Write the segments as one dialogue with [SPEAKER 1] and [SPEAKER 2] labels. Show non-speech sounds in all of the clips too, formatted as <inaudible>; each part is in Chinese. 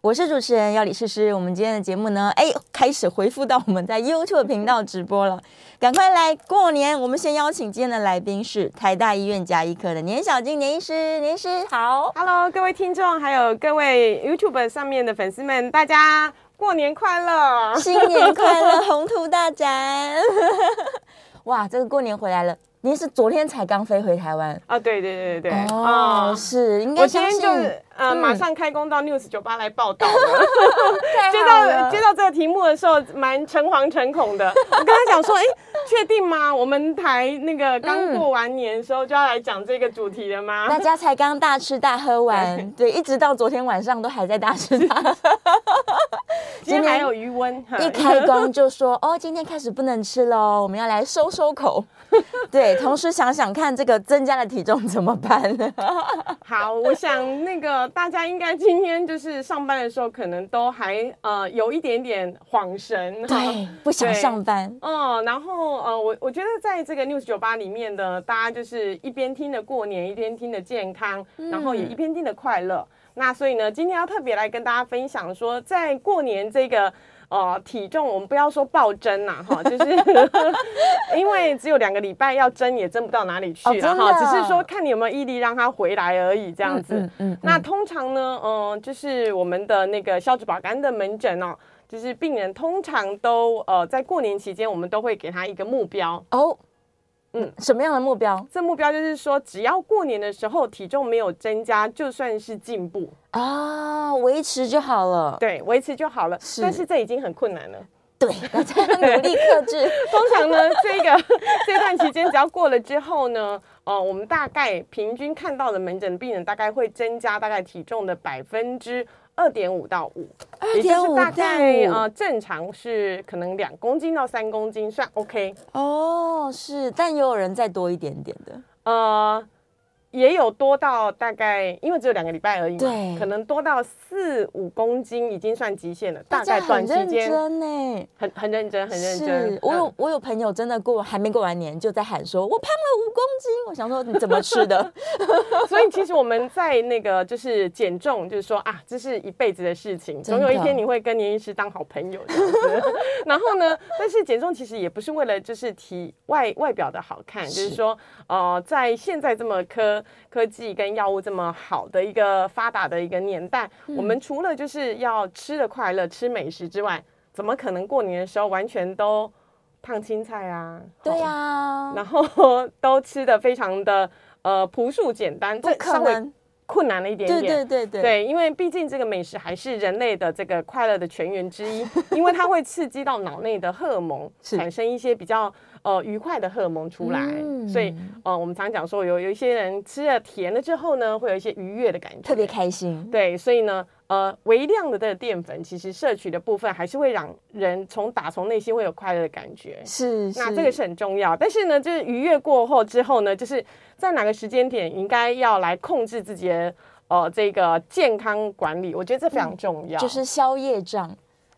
[SPEAKER 1] 我是主持人要李诗诗。我们今天的节目呢，哎，开始回复到我们在 YouTube 频道直播了，赶快来过年！我们先邀请今天的来宾是台大医院加医科的年小金年医师，年医师好。
[SPEAKER 2] Hello，各位听众，还有各位 YouTube 上面的粉丝们，大家过年快乐！
[SPEAKER 1] <laughs> 新年快乐，宏图大展！ <laughs> 哇，这个过年回来了，您是昨天才刚飞回台湾
[SPEAKER 2] 啊，对对对对对，
[SPEAKER 1] 哦，
[SPEAKER 2] 啊
[SPEAKER 1] 是应
[SPEAKER 2] 我
[SPEAKER 1] 该
[SPEAKER 2] 今
[SPEAKER 1] 相
[SPEAKER 2] 天
[SPEAKER 1] 信
[SPEAKER 2] 就是呃，
[SPEAKER 1] 嗯
[SPEAKER 2] 马上开工到 News 酒吧来报
[SPEAKER 1] <laughs>
[SPEAKER 2] 道了。
[SPEAKER 1] 太
[SPEAKER 2] 接
[SPEAKER 1] 好了
[SPEAKER 2] 到接到这个题目的时候，蛮诚惶诚恐的。我跟他讲说，哎，确定吗？我们台那个
[SPEAKER 1] 嗯
[SPEAKER 2] 刚过完年的时候就要来讲这个主题了吗？
[SPEAKER 1] 大家才刚大吃大喝完，对，一直到昨天晚上都还在大吃大
[SPEAKER 2] <laughs>
[SPEAKER 1] 喝。
[SPEAKER 2] 今天还有余温，哈
[SPEAKER 1] 一开工就说哦，今天开始不能吃喽，我们要来收收
[SPEAKER 2] <laughs>
[SPEAKER 1] 口。对，同时想想看，这个增加的体重怎么办
[SPEAKER 2] <laughs>
[SPEAKER 1] 呢？
[SPEAKER 2] 好，我想那个大家应该今天就是上班的时候，可能都还呃有一点点恍神。哈
[SPEAKER 1] 对，不想上班，
[SPEAKER 2] 嗯，然后呃，我我觉得在这个 News 酒吧里面呢，大家就是一边听的过年，一边听的健康，
[SPEAKER 1] 嗯
[SPEAKER 2] 然后也一边听的快乐。那所以呢，今天要特别来跟大家分享说，在过年这个。呃，体重我们不要说暴增
[SPEAKER 1] <laughs>
[SPEAKER 2] 呐、哈，就是因为只有两个礼拜要增也增不到哪里去了
[SPEAKER 1] 哦真的
[SPEAKER 2] 哈、只是说看你有没有毅力让它回来而已，这样子。
[SPEAKER 1] 嗯嗯嗯
[SPEAKER 2] 那通常呢，嗯、就是我们的那个消脂保肝的门诊哦，就是病人通常都呃在过年期间，我们都会给他一个目标。
[SPEAKER 1] 哦，嗯
[SPEAKER 2] 嗯，
[SPEAKER 1] 什么样的目标
[SPEAKER 2] 这目标就是说，只要过年的时候体重没有增加，就算是进步，
[SPEAKER 1] 啊？维持就好了。
[SPEAKER 2] 对，维持就好了。
[SPEAKER 1] 是
[SPEAKER 2] 但是这已经很困难了。
[SPEAKER 1] 对，大家要努力克制。
[SPEAKER 2] 通常呢，这个这段期间只要过了之后呢，呃，我们大概平均看到的门诊病人大概会增加大概体重的百分之二点五到五， <laughs> 也就是
[SPEAKER 1] 2.5
[SPEAKER 2] 大概
[SPEAKER 1] 到5
[SPEAKER 2] 呃正常是可能两公斤到三公斤算 OK，
[SPEAKER 1] 哦，是，但也有人再多一点点的。
[SPEAKER 2] 呃。也有多到大概，因为只有两个礼拜而已嘛，
[SPEAKER 1] 对
[SPEAKER 2] 可能多到四五公斤已经算极限了。大
[SPEAKER 1] 家
[SPEAKER 2] 概
[SPEAKER 1] 很
[SPEAKER 2] 短时
[SPEAKER 1] 认
[SPEAKER 2] 间
[SPEAKER 1] 真呢，
[SPEAKER 2] 很很认真，很认真
[SPEAKER 1] 是。我有
[SPEAKER 2] 嗯
[SPEAKER 1] 我有朋友真的过还没过完年就在喊说，我胖了五公斤。我想说你怎么吃
[SPEAKER 2] <laughs>
[SPEAKER 1] 的？ <laughs>
[SPEAKER 2] 所以其实我们在那个就是减重，就是说啊，这是一辈子的事情，
[SPEAKER 1] 真
[SPEAKER 2] 总
[SPEAKER 1] 的
[SPEAKER 2] 有一天你会跟年医师当好朋友这样子。然后呢，但是减重其实也不是为了就是体外外表的好看，就是是说呃，在现在这么科科技跟药物这么好的一个发达的一个年代，我
[SPEAKER 1] 嗯
[SPEAKER 2] 们除了就是要吃的快乐、吃美食之外，怎么可能过年的时候完全都烫青菜啊？
[SPEAKER 1] 对啊呀、
[SPEAKER 2] 然后 <laughs> 都吃的非常的呃朴素简单，
[SPEAKER 1] 不
[SPEAKER 2] 这
[SPEAKER 1] 可
[SPEAKER 2] 稍微
[SPEAKER 1] 能，
[SPEAKER 2] 困难了一点
[SPEAKER 1] 对
[SPEAKER 2] 点。
[SPEAKER 1] 对对对，
[SPEAKER 2] 对因为毕竟这个美食还是人类的这个快乐的泉源之一，因为它会刺激到脑内的荷尔蒙，
[SPEAKER 1] <laughs> 是
[SPEAKER 2] 产生一些比较呃愉快的荷尔蒙出来。
[SPEAKER 1] 嗯
[SPEAKER 2] 所以呃，我们常讲说有有一些人吃了甜了之后呢，会有一些愉悦的感觉，
[SPEAKER 1] 特别开心。
[SPEAKER 2] 对，所以呢，呃，微量的这个淀粉其实摄取的部分还是会让人从打从内心会有快乐的感觉。
[SPEAKER 1] 是是，
[SPEAKER 2] 那这个是很重要，但是呢，就是愉悦过后之后呢，就是在哪个时间点应该要来控制自己的呃这个健康管理，我觉得这非常重要。
[SPEAKER 1] 嗯就是宵夜账，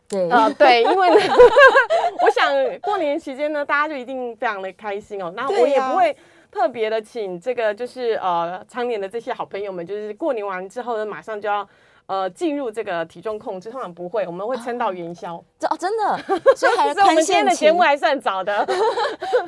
[SPEAKER 1] 对，
[SPEAKER 2] 呃，对，因为呢， <laughs> 我想过年期间呢，大家就一定非常的开心哦。那我
[SPEAKER 1] 对啊
[SPEAKER 2] 也
[SPEAKER 1] 呀
[SPEAKER 2] 不会特别的请这个就是呃常年的这些好朋友们，就是过年完之后呢，马上就要。呃，进入这个体重控制，通常不会，我们会撑到元宵。
[SPEAKER 1] 这哦真的，所以还
[SPEAKER 2] <laughs> 所
[SPEAKER 1] 啊
[SPEAKER 2] 以我们
[SPEAKER 1] 宽
[SPEAKER 2] 今天
[SPEAKER 1] 限
[SPEAKER 2] 的
[SPEAKER 1] 期
[SPEAKER 2] 节，目还是很早的，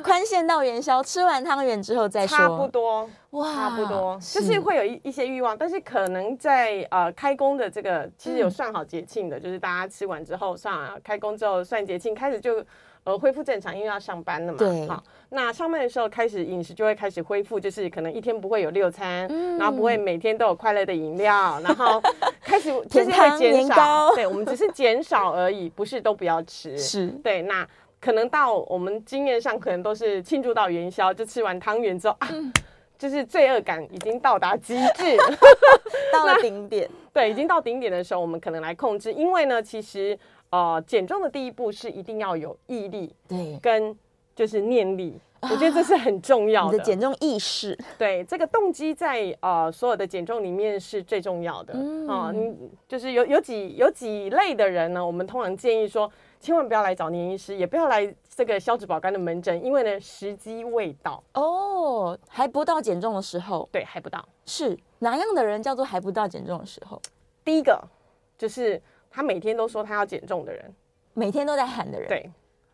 [SPEAKER 1] 宽限到元宵，吃完汤圆之后再说，
[SPEAKER 2] 差不多。
[SPEAKER 1] 哇，
[SPEAKER 2] 差不多，就是会有一一些欲望，但是可能在呃开工的这个，其实有算好节庆的，就是大家吃完之后算啊，开工之后算节庆，开始就呃恢复正常，因为要上班了嘛。
[SPEAKER 1] 对
[SPEAKER 2] 好，那上班的时候开始饮食就会开始恢复，就是可能一天不会有六餐，
[SPEAKER 1] 嗯
[SPEAKER 2] 然后不会每天都有快乐的饮料，然后开始就是
[SPEAKER 1] 甜汤
[SPEAKER 2] 会减
[SPEAKER 1] 年糕
[SPEAKER 2] 少，对我们只是减少而已，不是都不要
[SPEAKER 1] <laughs>
[SPEAKER 2] 吃。
[SPEAKER 1] 是
[SPEAKER 2] 对，那可能到我们经验上，可能都是庆祝到元宵，就吃完汤圆之后啊，就是罪恶感已经到达极致， <laughs>
[SPEAKER 1] 到了顶点，
[SPEAKER 2] 对，已经到顶点的时候，我们可能来控制，因为呢，其实呃，减重的第一步是一定要有毅力
[SPEAKER 1] 对，
[SPEAKER 2] 跟就是念力，我觉得这是很重要
[SPEAKER 1] 你
[SPEAKER 2] 的。
[SPEAKER 1] 的减重意识，
[SPEAKER 2] 对，这个动机在呃所有的减重里面是最重要的啊、
[SPEAKER 1] 嗯
[SPEAKER 2] 你就是有有几有几类的人呢，我们通常建议说，千万不要来找年医师，也不要来这个消脂保肝的门诊，因为呢时机未到，
[SPEAKER 1] 哦，还不到减重的时候，
[SPEAKER 2] 对，还不到。
[SPEAKER 1] 是哪样的人叫做还不到减重的时候？
[SPEAKER 2] 第一个就是他每天都说他要减重的人，
[SPEAKER 1] 每天都在喊的人，，
[SPEAKER 2] 对，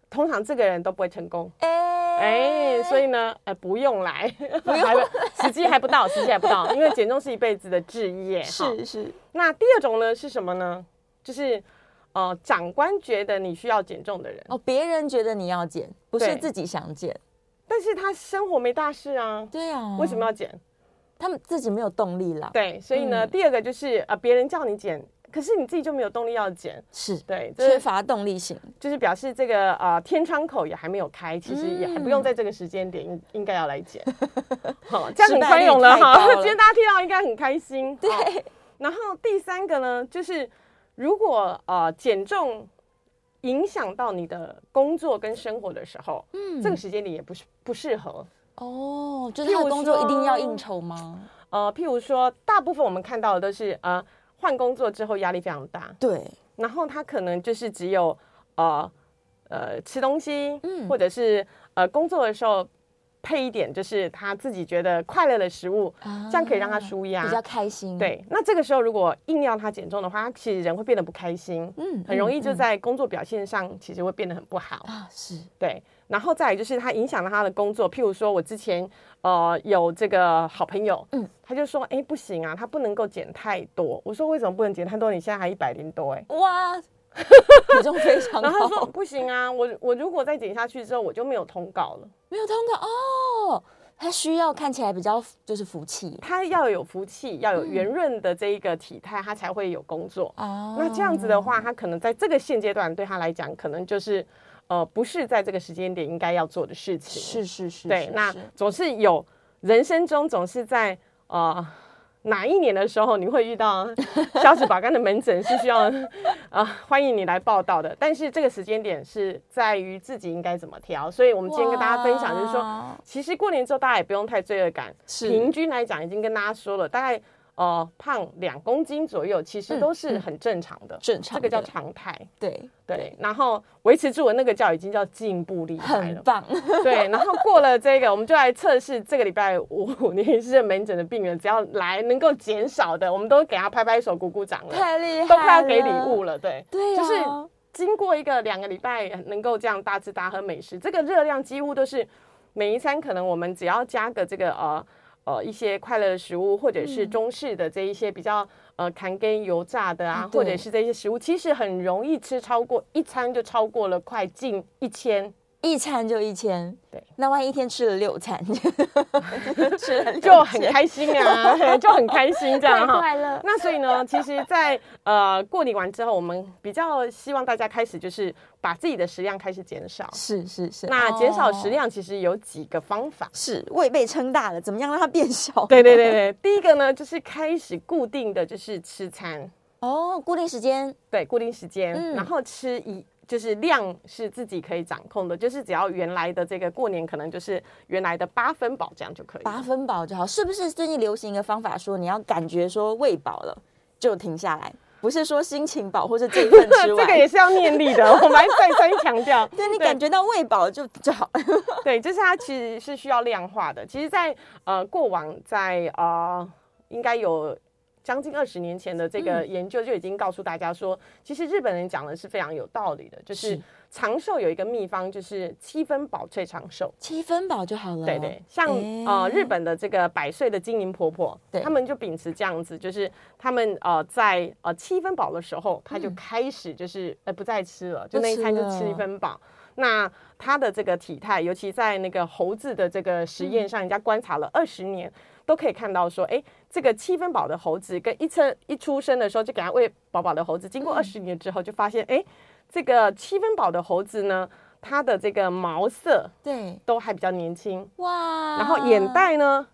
[SPEAKER 2] 通常这个人都不会成功。
[SPEAKER 1] 哎
[SPEAKER 2] 哎、所以呢，呃，不用来，不用时机还不到，时机还不到，因为减重是一辈子的志业。哈
[SPEAKER 1] <laughs> 是是
[SPEAKER 2] 那第二种呢是什么呢？就是呃，长官觉得你需要减重的人，
[SPEAKER 1] 哦，别人觉得你要减，不是
[SPEAKER 2] 对
[SPEAKER 1] 自己想减，
[SPEAKER 2] 但是他生活没大事啊，
[SPEAKER 1] 对啊，
[SPEAKER 2] 为什么要减？
[SPEAKER 1] 他们自己没有动力啦？
[SPEAKER 2] 对，所以呢，
[SPEAKER 1] 嗯
[SPEAKER 2] 第二个就是呃，别人叫你减，可是你自己就没有动力要减。
[SPEAKER 1] 是
[SPEAKER 2] 对，
[SPEAKER 1] 缺
[SPEAKER 2] 这
[SPEAKER 1] 乏动力型，
[SPEAKER 2] 就是表示这个呃天窗口也还没有开，其实也还不用
[SPEAKER 1] 嗯
[SPEAKER 2] 在这个时间点应应该要来
[SPEAKER 1] <laughs>
[SPEAKER 2] 减，好，这样
[SPEAKER 1] 失
[SPEAKER 2] 很
[SPEAKER 1] 败
[SPEAKER 2] 宽
[SPEAKER 1] 率
[SPEAKER 2] 容了
[SPEAKER 1] 太高
[SPEAKER 2] 哈。
[SPEAKER 1] 了
[SPEAKER 2] 今天大家听到应该很开心。对
[SPEAKER 1] 对，
[SPEAKER 2] 然后第三个呢，就是如果呃减重影响到你的工作跟生活的时候，
[SPEAKER 1] 嗯
[SPEAKER 2] 这个时间点也不是不适合。
[SPEAKER 1] <laughs> 哦，就
[SPEAKER 2] 譬
[SPEAKER 1] 是他的
[SPEAKER 2] 如
[SPEAKER 1] 工作一定要
[SPEAKER 2] 说
[SPEAKER 1] 应酬吗？
[SPEAKER 2] 呃，譬如说，大部分我们看到的都是呃换工作之后压力非常大，
[SPEAKER 1] 对，
[SPEAKER 2] 然后他可能就是只有呃呃吃东西，
[SPEAKER 1] 嗯
[SPEAKER 2] 或者是呃工作的时候配一点就是他自己觉得快乐的食物，
[SPEAKER 1] 这
[SPEAKER 2] 这样可以让他舒压
[SPEAKER 1] 啊比较开心。，
[SPEAKER 2] 对，那这个时候如果硬要他减重的话，他其实人会变得不开心，
[SPEAKER 1] 嗯
[SPEAKER 2] 很容易就
[SPEAKER 1] 嗯嗯
[SPEAKER 2] 在工作表现上其实会变得很不好。
[SPEAKER 1] 啊，是
[SPEAKER 2] 对，然后再来就是他影响了他的工作，譬如说我之前呃有这个好朋友，
[SPEAKER 1] 嗯
[SPEAKER 2] 嗯，他就说，哎，不行啊，他不能够减太多。我说为什么不能减太多？你现在还一百零多哎、
[SPEAKER 1] 哇，体重非常
[SPEAKER 2] 然后他说
[SPEAKER 1] <laughs> 高，
[SPEAKER 2] 不行啊，我我如果再减下去之后，我就没有通告了。
[SPEAKER 1] 没有通告哦。他需要看起来比较就是福气
[SPEAKER 2] 他要有福气，要有
[SPEAKER 1] 嗯
[SPEAKER 2] 圆润的这一个体态，他才会有工作。
[SPEAKER 1] 啊。
[SPEAKER 2] 那这样子的话，他可能在这个现阶段对他来讲，可能就是呃，不是在这个时间点应该要做的事情。
[SPEAKER 1] 是是是，
[SPEAKER 2] 对
[SPEAKER 1] 是，
[SPEAKER 2] 那
[SPEAKER 1] 是
[SPEAKER 2] 总是有人生中总是在呃哪一年的时候，你会
[SPEAKER 1] <laughs>
[SPEAKER 2] 遇到消脂保肝的门诊是需要呃欢迎你来报道的。但是这个时间点是在于自己应该怎么调，所以我们今天跟大家分享就是说，
[SPEAKER 1] 哇
[SPEAKER 2] 其实过年之后大家也不用太罪恶感，
[SPEAKER 1] 是
[SPEAKER 2] 平均来讲已经跟大家说了，大概。呃，胖两公斤左右，其实
[SPEAKER 1] 嗯
[SPEAKER 2] 都是很正常的，
[SPEAKER 1] 正常
[SPEAKER 2] 这个叫
[SPEAKER 1] 的
[SPEAKER 2] 常态。
[SPEAKER 1] 对
[SPEAKER 2] 对，然后维持住的那个叫已经叫进步厉害了
[SPEAKER 1] 很。棒，
[SPEAKER 2] <laughs> 对，然后过了这个，我们就来测试这个礼拜五年医师门诊的病人，只要来能够减少的，我们都给他拍拍手、鼓鼓掌了，
[SPEAKER 1] 太厉害，
[SPEAKER 2] 都快要给礼物
[SPEAKER 1] 了。
[SPEAKER 2] 了。对，
[SPEAKER 1] 对啊，
[SPEAKER 2] 就是经过一个两个礼拜能够这样大吃大喝美食，这个热量几乎都是每一餐可能我们只要加个这个呃呃一些快乐的食物，或者是
[SPEAKER 1] 嗯
[SPEAKER 2] 中式的这一些比较。呃，砍根油炸的啊
[SPEAKER 1] 啊，对
[SPEAKER 2] 或者是这些食物，其实很容易吃超过一餐就超过了快近一千，
[SPEAKER 1] 一餐就一千，
[SPEAKER 2] 对，
[SPEAKER 1] 那万一一天吃了六餐， <laughs> 吃了六
[SPEAKER 2] 就很
[SPEAKER 1] 千
[SPEAKER 2] 开心 <laughs> 啊，就很开心这
[SPEAKER 1] 太
[SPEAKER 2] <laughs> 样哈。
[SPEAKER 1] 快乐，
[SPEAKER 2] 那所以呢，其实在，呃过年完之后，我们比较希望大家开始就是把自己的食量开始减少。
[SPEAKER 1] 是是是，
[SPEAKER 2] 那减少
[SPEAKER 1] 哦
[SPEAKER 2] 食量其实有几个方法。
[SPEAKER 1] 是胃被撑大了，怎么样让它变小？
[SPEAKER 2] 对对对对，第一个呢就是开始固定的就是吃餐，
[SPEAKER 1] 哦，固定时间
[SPEAKER 2] 对，固定时间，
[SPEAKER 1] 嗯
[SPEAKER 2] 然后吃一。就是量是自己可以掌控的，就是只要原来的这个过年可能就是原来的八分饱这样就可以了。
[SPEAKER 1] 八分饱就好，是不是？最近流行一个方法说，你要感觉说胃饱了就停下来，不是说心情饱或者 <laughs> 这一份吃
[SPEAKER 2] <laughs> 这
[SPEAKER 1] 完，
[SPEAKER 2] 个也是要念力的，我们还再三强 <laughs> 调。
[SPEAKER 1] 对你感觉到胃饱就就好。
[SPEAKER 2] <laughs> 对，就是它其实是需要量化的。其实在，呃过往在呃应该有将近二十年前的这个研究就已经告诉大家说，其实日本人讲的是非常有道理的，就是
[SPEAKER 1] 是
[SPEAKER 2] 长寿有一个秘方，就是七分饱最长寿。
[SPEAKER 1] <laughs> 七分饱就好了。
[SPEAKER 2] 对对，像、呃
[SPEAKER 1] 哦诶
[SPEAKER 2] 日本的这个百岁的金银婆婆
[SPEAKER 1] 对，
[SPEAKER 2] 他们就秉持这样子，就是他们呃在呃七分饱的时候，她就开始就是、呃不再吃了，就
[SPEAKER 1] 不
[SPEAKER 2] 那一
[SPEAKER 1] 吃
[SPEAKER 2] 餐就
[SPEAKER 1] 了
[SPEAKER 2] 吃一分饱。那她的这个体态，尤其在那个猴子的这个实验上，人家观察了二十年，都可以看到说，哎，这个七分饱的猴子跟一出一出生的时候就给它喂饱饱的猴子，经
[SPEAKER 1] 嗯
[SPEAKER 2] 过二十年之后，就发现，哎，这个七分饱的猴子呢，它的这个毛色
[SPEAKER 1] 对
[SPEAKER 2] 都还比较年轻。
[SPEAKER 1] 哇，
[SPEAKER 2] 然后
[SPEAKER 1] 啊
[SPEAKER 2] 眼袋呢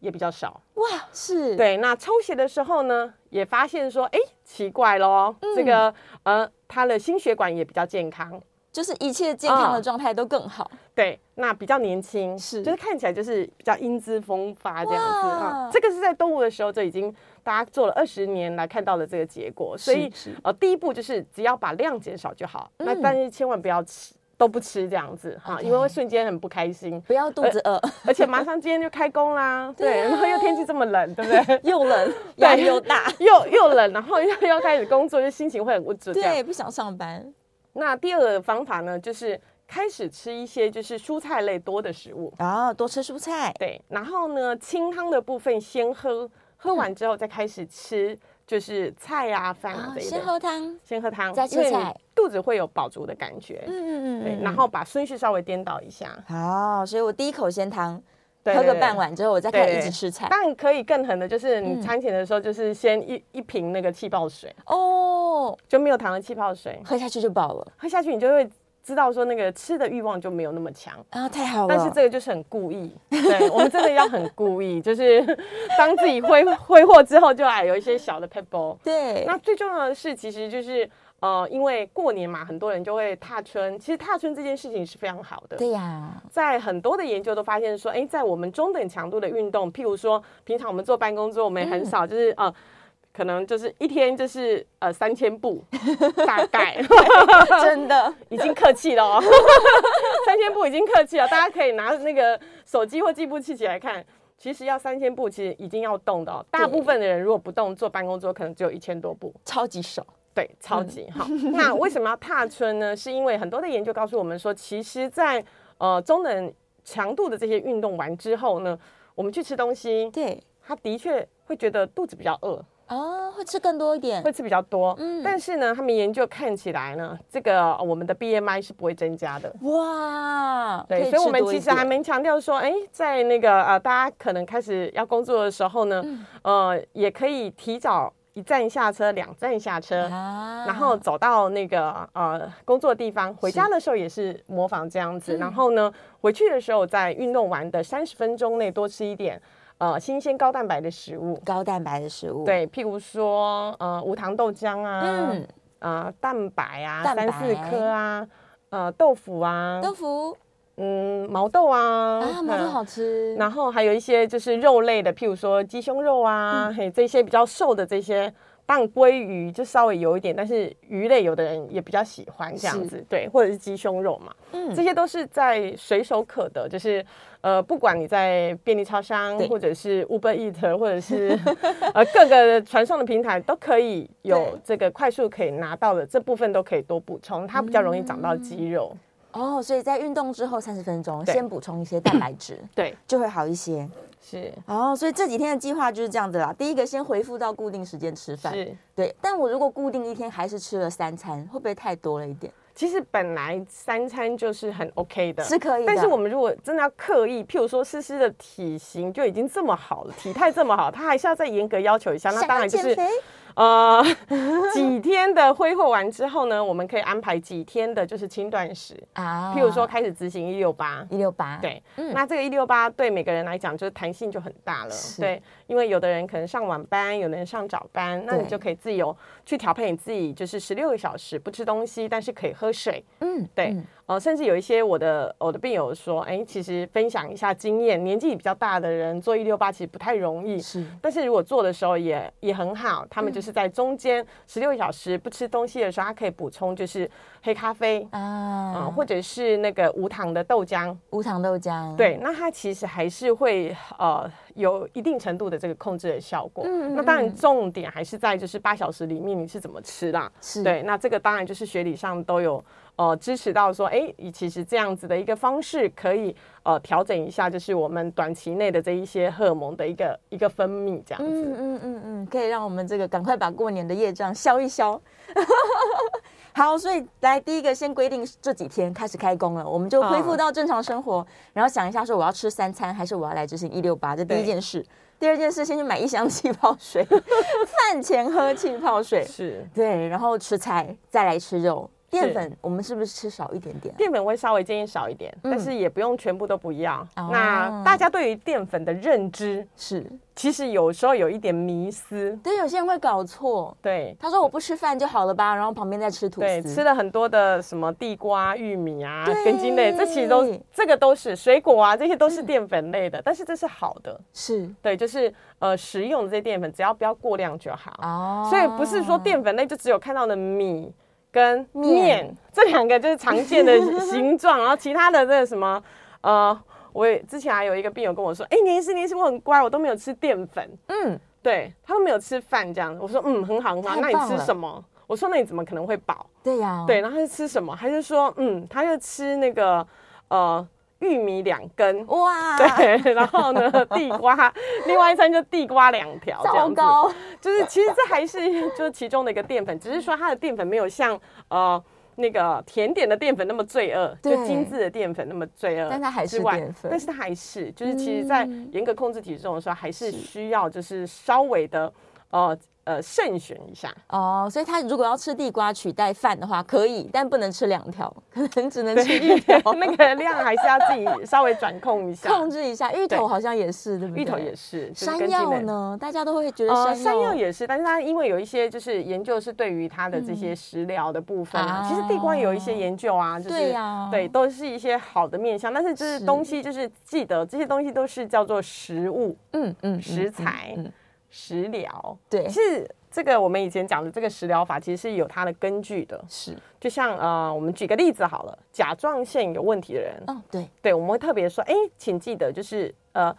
[SPEAKER 2] 也比较少。
[SPEAKER 1] 哇是，
[SPEAKER 2] 对，那抽血的时候呢，也
[SPEAKER 1] 嗯
[SPEAKER 2] 发现说，哎，奇怪咯，这个呃，他的心血管也比较健康。
[SPEAKER 1] 就是一切健康的状态都更好。
[SPEAKER 2] 对，那比较年轻，
[SPEAKER 1] 是
[SPEAKER 2] 就是看起来就是比较英姿风发这样子
[SPEAKER 1] 哇
[SPEAKER 2] 啊。这个是在动物的时候就已经大家做了二十年来看到了这个结果，所以
[SPEAKER 1] 是嗯
[SPEAKER 2] 呃，第一步就是只要把量减少就好，那但是千万不要吃。都不吃这样子哈，
[SPEAKER 1] OK
[SPEAKER 2] 因为会瞬间很不开心，
[SPEAKER 1] 不要肚子饿，
[SPEAKER 2] 而且马上今天就开工啦，
[SPEAKER 1] 对
[SPEAKER 2] 对，
[SPEAKER 1] 啊
[SPEAKER 2] 然后又天气这么冷，对不 <laughs> 对？
[SPEAKER 1] <laughs> 又冷压力又大，
[SPEAKER 2] <laughs> 又又冷，然后又 <laughs> 又要开始工作，就心情会很不准。这样
[SPEAKER 1] 对，不想上班。
[SPEAKER 2] 那第二个方法呢，就是开始吃一些就是蔬菜类多的食物，
[SPEAKER 1] 然啊后多吃蔬菜，
[SPEAKER 2] 对，然后呢，清汤的部分先喝，喝完之后再开始吃，就是菜啊、饭
[SPEAKER 1] 啊
[SPEAKER 2] 啊这一类
[SPEAKER 1] 先，喝汤。
[SPEAKER 2] 先喝汤，
[SPEAKER 1] 再吃
[SPEAKER 2] 因为你
[SPEAKER 1] 菜
[SPEAKER 2] 肚子会有饱足的感觉。
[SPEAKER 1] 嗯嗯
[SPEAKER 2] 对，然后把顺序稍微颠倒一下，
[SPEAKER 1] 好，所以我第一口先汤，
[SPEAKER 2] 对
[SPEAKER 1] 喝个
[SPEAKER 2] 对
[SPEAKER 1] 半碗之后，我再开始一直
[SPEAKER 2] 对
[SPEAKER 1] 吃菜。
[SPEAKER 2] 但可以更狠的，就是
[SPEAKER 1] 嗯
[SPEAKER 2] 你餐前的时候，就是先一、一瓶那个气泡水，
[SPEAKER 1] 哦，
[SPEAKER 2] 就没有糖的气泡水，
[SPEAKER 1] 喝下去就饱了
[SPEAKER 2] 喝下去你就会知道说那个吃的欲望就没有那么强。
[SPEAKER 1] 啊，太好了。
[SPEAKER 2] 但是这个就是很故意，对我们真的要很故意，就是当自己挥挥霍之后，就哎有一些小的 pebble。
[SPEAKER 1] 对，
[SPEAKER 2] 那最重要的是，其实就是呃，因为过年嘛，很多人就会踏春。其实踏春这件事情是非常好的，
[SPEAKER 1] 对
[SPEAKER 2] <laughs>
[SPEAKER 1] 呀，
[SPEAKER 2] 在很多的研究都发现说，哎，在我们中等强度的运动，譬如说平常我们做办公桌，我们也很少就是、呃。可能就是一天就是呃三千步，大概
[SPEAKER 1] <laughs> 真的
[SPEAKER 2] 已经客气了哦，三千步已经客气了，大家可以拿那个手机或计步器起来看。其实要三千步，其实已经要动的哦。大部分的人如果不动，做办公桌可能只有一千多步，
[SPEAKER 1] 超级少。
[SPEAKER 2] 对，超级好。那为什么要踏春呢？ <laughs> 是因为很多的研究告诉我们说，其实在，呃中等强度的这些运动完之后呢，我们去吃东西，
[SPEAKER 1] 对，
[SPEAKER 2] 他的确会觉得肚子比较饿，
[SPEAKER 1] 哦，会吃更多一点
[SPEAKER 2] 会。吃比较多。
[SPEAKER 1] 嗯
[SPEAKER 2] 但是呢，他们研究看起来呢，这个呃我们的 BMI 是不会增加的。
[SPEAKER 1] 哇，可
[SPEAKER 2] 对，所
[SPEAKER 1] 吃
[SPEAKER 2] 以我们
[SPEAKER 1] 多一
[SPEAKER 2] 其实还
[SPEAKER 1] 点
[SPEAKER 2] 蛮强调说，哎，在那个呃，大家可能开始要工作的时候呢，
[SPEAKER 1] 嗯
[SPEAKER 2] 呃，也可以提早一站下车，两站下车。
[SPEAKER 1] 啊，
[SPEAKER 2] 然后走到那个呃工作地方，回家的时候也是模仿这样
[SPEAKER 1] 嗯
[SPEAKER 2] 子。然后呢，回去的时候在运动完的三十分钟内多吃一点呃新鲜高蛋白的食物，
[SPEAKER 1] 高蛋白的食物，，
[SPEAKER 2] 对，譬如说呃无糖豆浆啊，
[SPEAKER 1] 嗯，
[SPEAKER 2] 呃蛋白啊，
[SPEAKER 1] 蛋白
[SPEAKER 2] 三四颗啊，呃豆腐啊，
[SPEAKER 1] 豆腐
[SPEAKER 2] 嗯毛豆啊，
[SPEAKER 1] 啊，毛豆
[SPEAKER 2] 嗯
[SPEAKER 1] 好吃，
[SPEAKER 2] 然后还有一些就是肉类的，譬如说鸡胸肉啊，
[SPEAKER 1] 嗯
[SPEAKER 2] 嘿，这些比较瘦的这些，当然鲑鱼就稍微有一点，但是鱼类有的人也比较喜欢这样子，对，或者是鸡胸肉嘛，
[SPEAKER 1] 嗯
[SPEAKER 2] 这些都是在随手可得，就是呃，不管你在便利超商
[SPEAKER 1] 对，
[SPEAKER 2] 或者是 Uber Eat，或
[SPEAKER 1] <laughs>
[SPEAKER 2] 者是呃各个传送的平台，都可以有
[SPEAKER 1] 对
[SPEAKER 2] 这个快速可以拿到的这部分都可以多补充，它比较容易长
[SPEAKER 1] 嗯
[SPEAKER 2] 到肌肉，
[SPEAKER 1] 哦，所以在运动之后三十分钟，
[SPEAKER 2] 对
[SPEAKER 1] 先补充一些蛋白质，
[SPEAKER 2] 对，
[SPEAKER 1] 就会好一些。
[SPEAKER 2] 是
[SPEAKER 1] 哦，所以这几天的计划就是这样子啦。第一个先回复到固定时间吃饭，
[SPEAKER 2] 是。
[SPEAKER 1] 对。但我如果固定一天还是吃了三餐，会不会太多了一点？
[SPEAKER 2] 其实本来三餐就是很 OK 的，
[SPEAKER 1] 是可以的
[SPEAKER 2] 但是我们如果真的要刻意，譬如说思思的体型就已经这么好了，体态这么好，她还是要再严格要求一下。那
[SPEAKER 1] 想
[SPEAKER 2] 当
[SPEAKER 1] 要
[SPEAKER 2] 然就
[SPEAKER 1] 减
[SPEAKER 2] 是
[SPEAKER 1] 肥，
[SPEAKER 2] 呃， <laughs> 几天的挥霍完之后呢，我们可以安排几天的就是轻断食，
[SPEAKER 1] 啊
[SPEAKER 2] 譬如说开始执行一六八。
[SPEAKER 1] 一六八，
[SPEAKER 2] 对，
[SPEAKER 1] 嗯
[SPEAKER 2] 那这个一六八对每个人来讲就是弹性就很大了，
[SPEAKER 1] 是
[SPEAKER 2] 对，因为有的人可能上晚班，有的人上早班，那你
[SPEAKER 1] 对
[SPEAKER 2] 就可以自由去调配你自己，就是十六个小时不吃东西，但是可以喝水，
[SPEAKER 1] 嗯，
[SPEAKER 2] 对，
[SPEAKER 1] 嗯
[SPEAKER 2] 呃，甚至有一些我的我的病友说，哎，其实分享一下经验，年纪比较大的人做一六八其实不太容易，
[SPEAKER 1] 是嗯
[SPEAKER 2] 但是如果做的时候也也很好，他们就是在中间十六小时不吃东西的时候，他可以补充就是黑咖啡。啊、
[SPEAKER 1] 啊，
[SPEAKER 2] 或者是那个无糖的豆浆，
[SPEAKER 1] 无糖豆浆，，
[SPEAKER 2] 对，那它其实还是会呃有一定程度的这个控制的效果。
[SPEAKER 1] 嗯嗯
[SPEAKER 2] 那当然重点还是在就是八小时里面你是怎么吃啦。
[SPEAKER 1] 是
[SPEAKER 2] 对，那这个当然就是学理上都有呃支持到说，哎，其实这样子的一个方式可以呃调整一下，就是我们短期内的这一些荷尔蒙的一个一个分泌这样子。
[SPEAKER 1] 嗯嗯嗯嗯，可以让我们这个赶快把过年的业障消一消。 <laughs> 好，所以来第一个先规定这几天开始开工了，我们就恢复
[SPEAKER 2] 嗯
[SPEAKER 1] 到正常生活，然后想一下说我要吃三餐还是我要来执行一六八，这第一
[SPEAKER 2] 对
[SPEAKER 1] 件事。第二件事，先去买一箱气泡水 <laughs> ，饭前喝气泡水，
[SPEAKER 2] 是
[SPEAKER 1] 对，然后吃菜，再来吃肉，淀粉我们是不是吃少一点点啊？
[SPEAKER 2] 淀粉会稍微建议少一点，但是也不用全部都不要。
[SPEAKER 1] 嗯哦
[SPEAKER 2] 那大家对于淀粉的认知，
[SPEAKER 1] 是，
[SPEAKER 2] 其实有时候有一点迷思，
[SPEAKER 1] 对，有些人会搞错，
[SPEAKER 2] 对。
[SPEAKER 1] 他说我不吃饭就好了吧，然后旁边再吃吐司，
[SPEAKER 2] 对，吃了很多的什么地瓜、玉米啊
[SPEAKER 1] 对、
[SPEAKER 2] 根茎类，这其实都这个都是水果啊，这些都是淀粉类的，但是这是好的，
[SPEAKER 1] 是
[SPEAKER 2] 对，就是呃食用的这些淀粉，只要不要过量就好。
[SPEAKER 1] 哦，
[SPEAKER 2] 所以不是说淀粉类就只有看到的米跟
[SPEAKER 1] 面
[SPEAKER 2] 面这两个就是常见
[SPEAKER 1] <laughs>
[SPEAKER 2] 的形状，然后其他的这个什么呃，我也之前还有一个病友跟我说，哎、年医师，年医师，我很乖，我都没有吃淀粉，
[SPEAKER 1] 嗯，
[SPEAKER 2] 对他都没有吃饭这样。我说嗯，很好很好，
[SPEAKER 1] 太
[SPEAKER 2] 那你
[SPEAKER 1] 棒
[SPEAKER 2] 吃
[SPEAKER 1] 了
[SPEAKER 2] 什么？我说那你怎么可能会饱？
[SPEAKER 1] 对呀、
[SPEAKER 2] 对，然后他就吃什么？他就说嗯，他就吃那个呃玉米两根。
[SPEAKER 1] 哇，
[SPEAKER 2] 对， <laughs> 然后呢，地瓜，另外一餐就地瓜两条，这样
[SPEAKER 1] 糟
[SPEAKER 2] 子。
[SPEAKER 1] 糕，
[SPEAKER 2] 就是其实这还是就是其中的一个淀粉，只是说它的淀粉没有像呃那个甜点的淀粉那么罪恶，
[SPEAKER 1] 对
[SPEAKER 2] 就精致的淀粉那么罪恶之外，
[SPEAKER 1] 但它嗯还是淀粉
[SPEAKER 2] 但是它还是就是其实，在严格控制体重的时候，还是需要就是稍微的呃呃慎选一下。
[SPEAKER 1] 哦，所以他如果要吃地瓜取代饭的话，可以，但不能吃两条，可能只能吃一条，
[SPEAKER 2] <laughs> 那个量还是要自己稍微转控一下，
[SPEAKER 1] 控制一下。芋头好像也是，对不对？
[SPEAKER 2] 芋头也。是，就是
[SPEAKER 1] 山
[SPEAKER 2] 根茎
[SPEAKER 1] 药
[SPEAKER 2] 类
[SPEAKER 1] 呢，大家都会觉得
[SPEAKER 2] 呃，
[SPEAKER 1] 山
[SPEAKER 2] 山
[SPEAKER 1] 药、
[SPEAKER 2] 药也是，但是它因为有一些就是研究是对于它的这
[SPEAKER 1] 嗯
[SPEAKER 2] 些食疗的部分啊，
[SPEAKER 1] 啊
[SPEAKER 2] 其实地瓜也有一些研究啊，就是
[SPEAKER 1] 对呀
[SPEAKER 2] 对都是一些好的面向，但是就是
[SPEAKER 1] 是
[SPEAKER 2] 东西就是记得这些东西都是叫做食物、
[SPEAKER 1] 嗯嗯，嗯
[SPEAKER 2] 食材、
[SPEAKER 1] 嗯嗯
[SPEAKER 2] 食疗，
[SPEAKER 1] 对
[SPEAKER 2] 是。这个我们以前讲的这个食疗法，其实是有它的根据的。
[SPEAKER 1] 是
[SPEAKER 2] 就像呃，我们举个例子好了，甲状腺有问题的人，
[SPEAKER 1] 哦，对，
[SPEAKER 2] 对，我们会特别说，哎，请记得就是呃，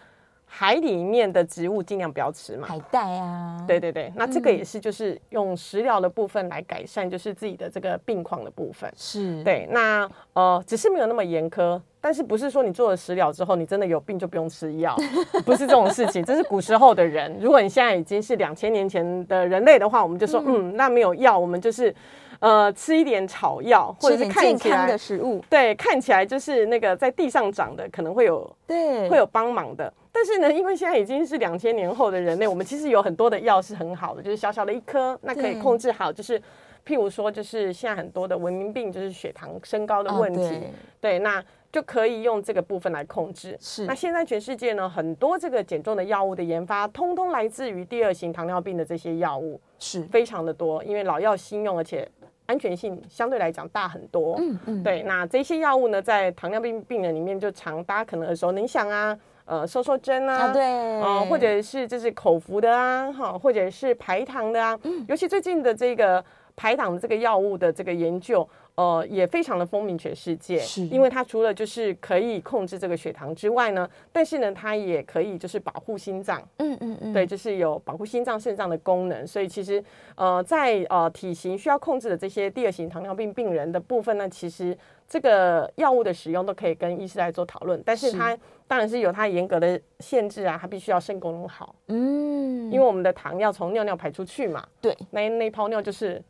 [SPEAKER 2] 海里面的植物尽量不要吃嘛。
[SPEAKER 1] 海带啊，
[SPEAKER 2] 对对对，那这个也是就是用食疗的部分来改善，就是自己的这个病况的部分。
[SPEAKER 1] 是，
[SPEAKER 2] 对，那呃，只是没有那么严苛，但是不是说你做了食疗之后，你真的有病就不用吃药， <laughs> 不是这种事情。这是古时候的人，如果你现在已经是两千年前的人类的话，我们就说，嗯那没有药，我们就是呃吃一点草药，或
[SPEAKER 1] 吃
[SPEAKER 2] 者
[SPEAKER 1] 一点
[SPEAKER 2] 是看
[SPEAKER 1] 健
[SPEAKER 2] 起
[SPEAKER 1] 康
[SPEAKER 2] 来
[SPEAKER 1] 的食物，
[SPEAKER 2] 对，看起来就是那个在地上长的，可能会有
[SPEAKER 1] 对，
[SPEAKER 2] 会有帮忙的。但是呢，因为现在已经是两千年后的人类，我们其实有很多的药是很好的，就是小小的一颗，那可以
[SPEAKER 1] 对
[SPEAKER 2] 控制好，就是。譬如说，就是现在很多的文明病，就是血糖升高的
[SPEAKER 1] 啊
[SPEAKER 2] 问题，
[SPEAKER 1] 对
[SPEAKER 2] 嗯对，那就可以用这个部分来控制。
[SPEAKER 1] 是
[SPEAKER 2] 那现在全世界呢，很多这个减重的药物的研发，通通来自于第二型糖尿病的这些药物，
[SPEAKER 1] 是，
[SPEAKER 2] 非常的多，因为老药新用，而且安全性相对来讲大很多。
[SPEAKER 1] 嗯嗯，
[SPEAKER 2] 对，那这些药物呢，在糖尿病病人里面就常大家可能耳熟能详啊，呃，瘦瘦针啊，
[SPEAKER 1] 啊对，
[SPEAKER 2] 哦，或者是就是口服的啊，哈，或者是排糖的啊，
[SPEAKER 1] 嗯
[SPEAKER 2] 尤其最近的这个排糖的这个药物的这个研究，呃，也非常的风靡全世界，
[SPEAKER 1] 是
[SPEAKER 2] 因为它除了就是可以控制这个血糖之外呢，但是呢，它也可以就是保护心脏，
[SPEAKER 1] 嗯嗯嗯，
[SPEAKER 2] 对，就是有保护心脏、肾脏的功能，所以其实呃，在呃体型需要控制的这些第二型糖尿病病人的部分呢，其实这个药物的使用都可以跟医师来做讨论，但是
[SPEAKER 1] 是
[SPEAKER 2] 它当然是有它严格的限制啊，它必须要肾功能好，
[SPEAKER 1] 嗯，
[SPEAKER 2] 因为我们的糖要从尿尿排出去嘛，
[SPEAKER 1] 对
[SPEAKER 2] 那那一泡尿就是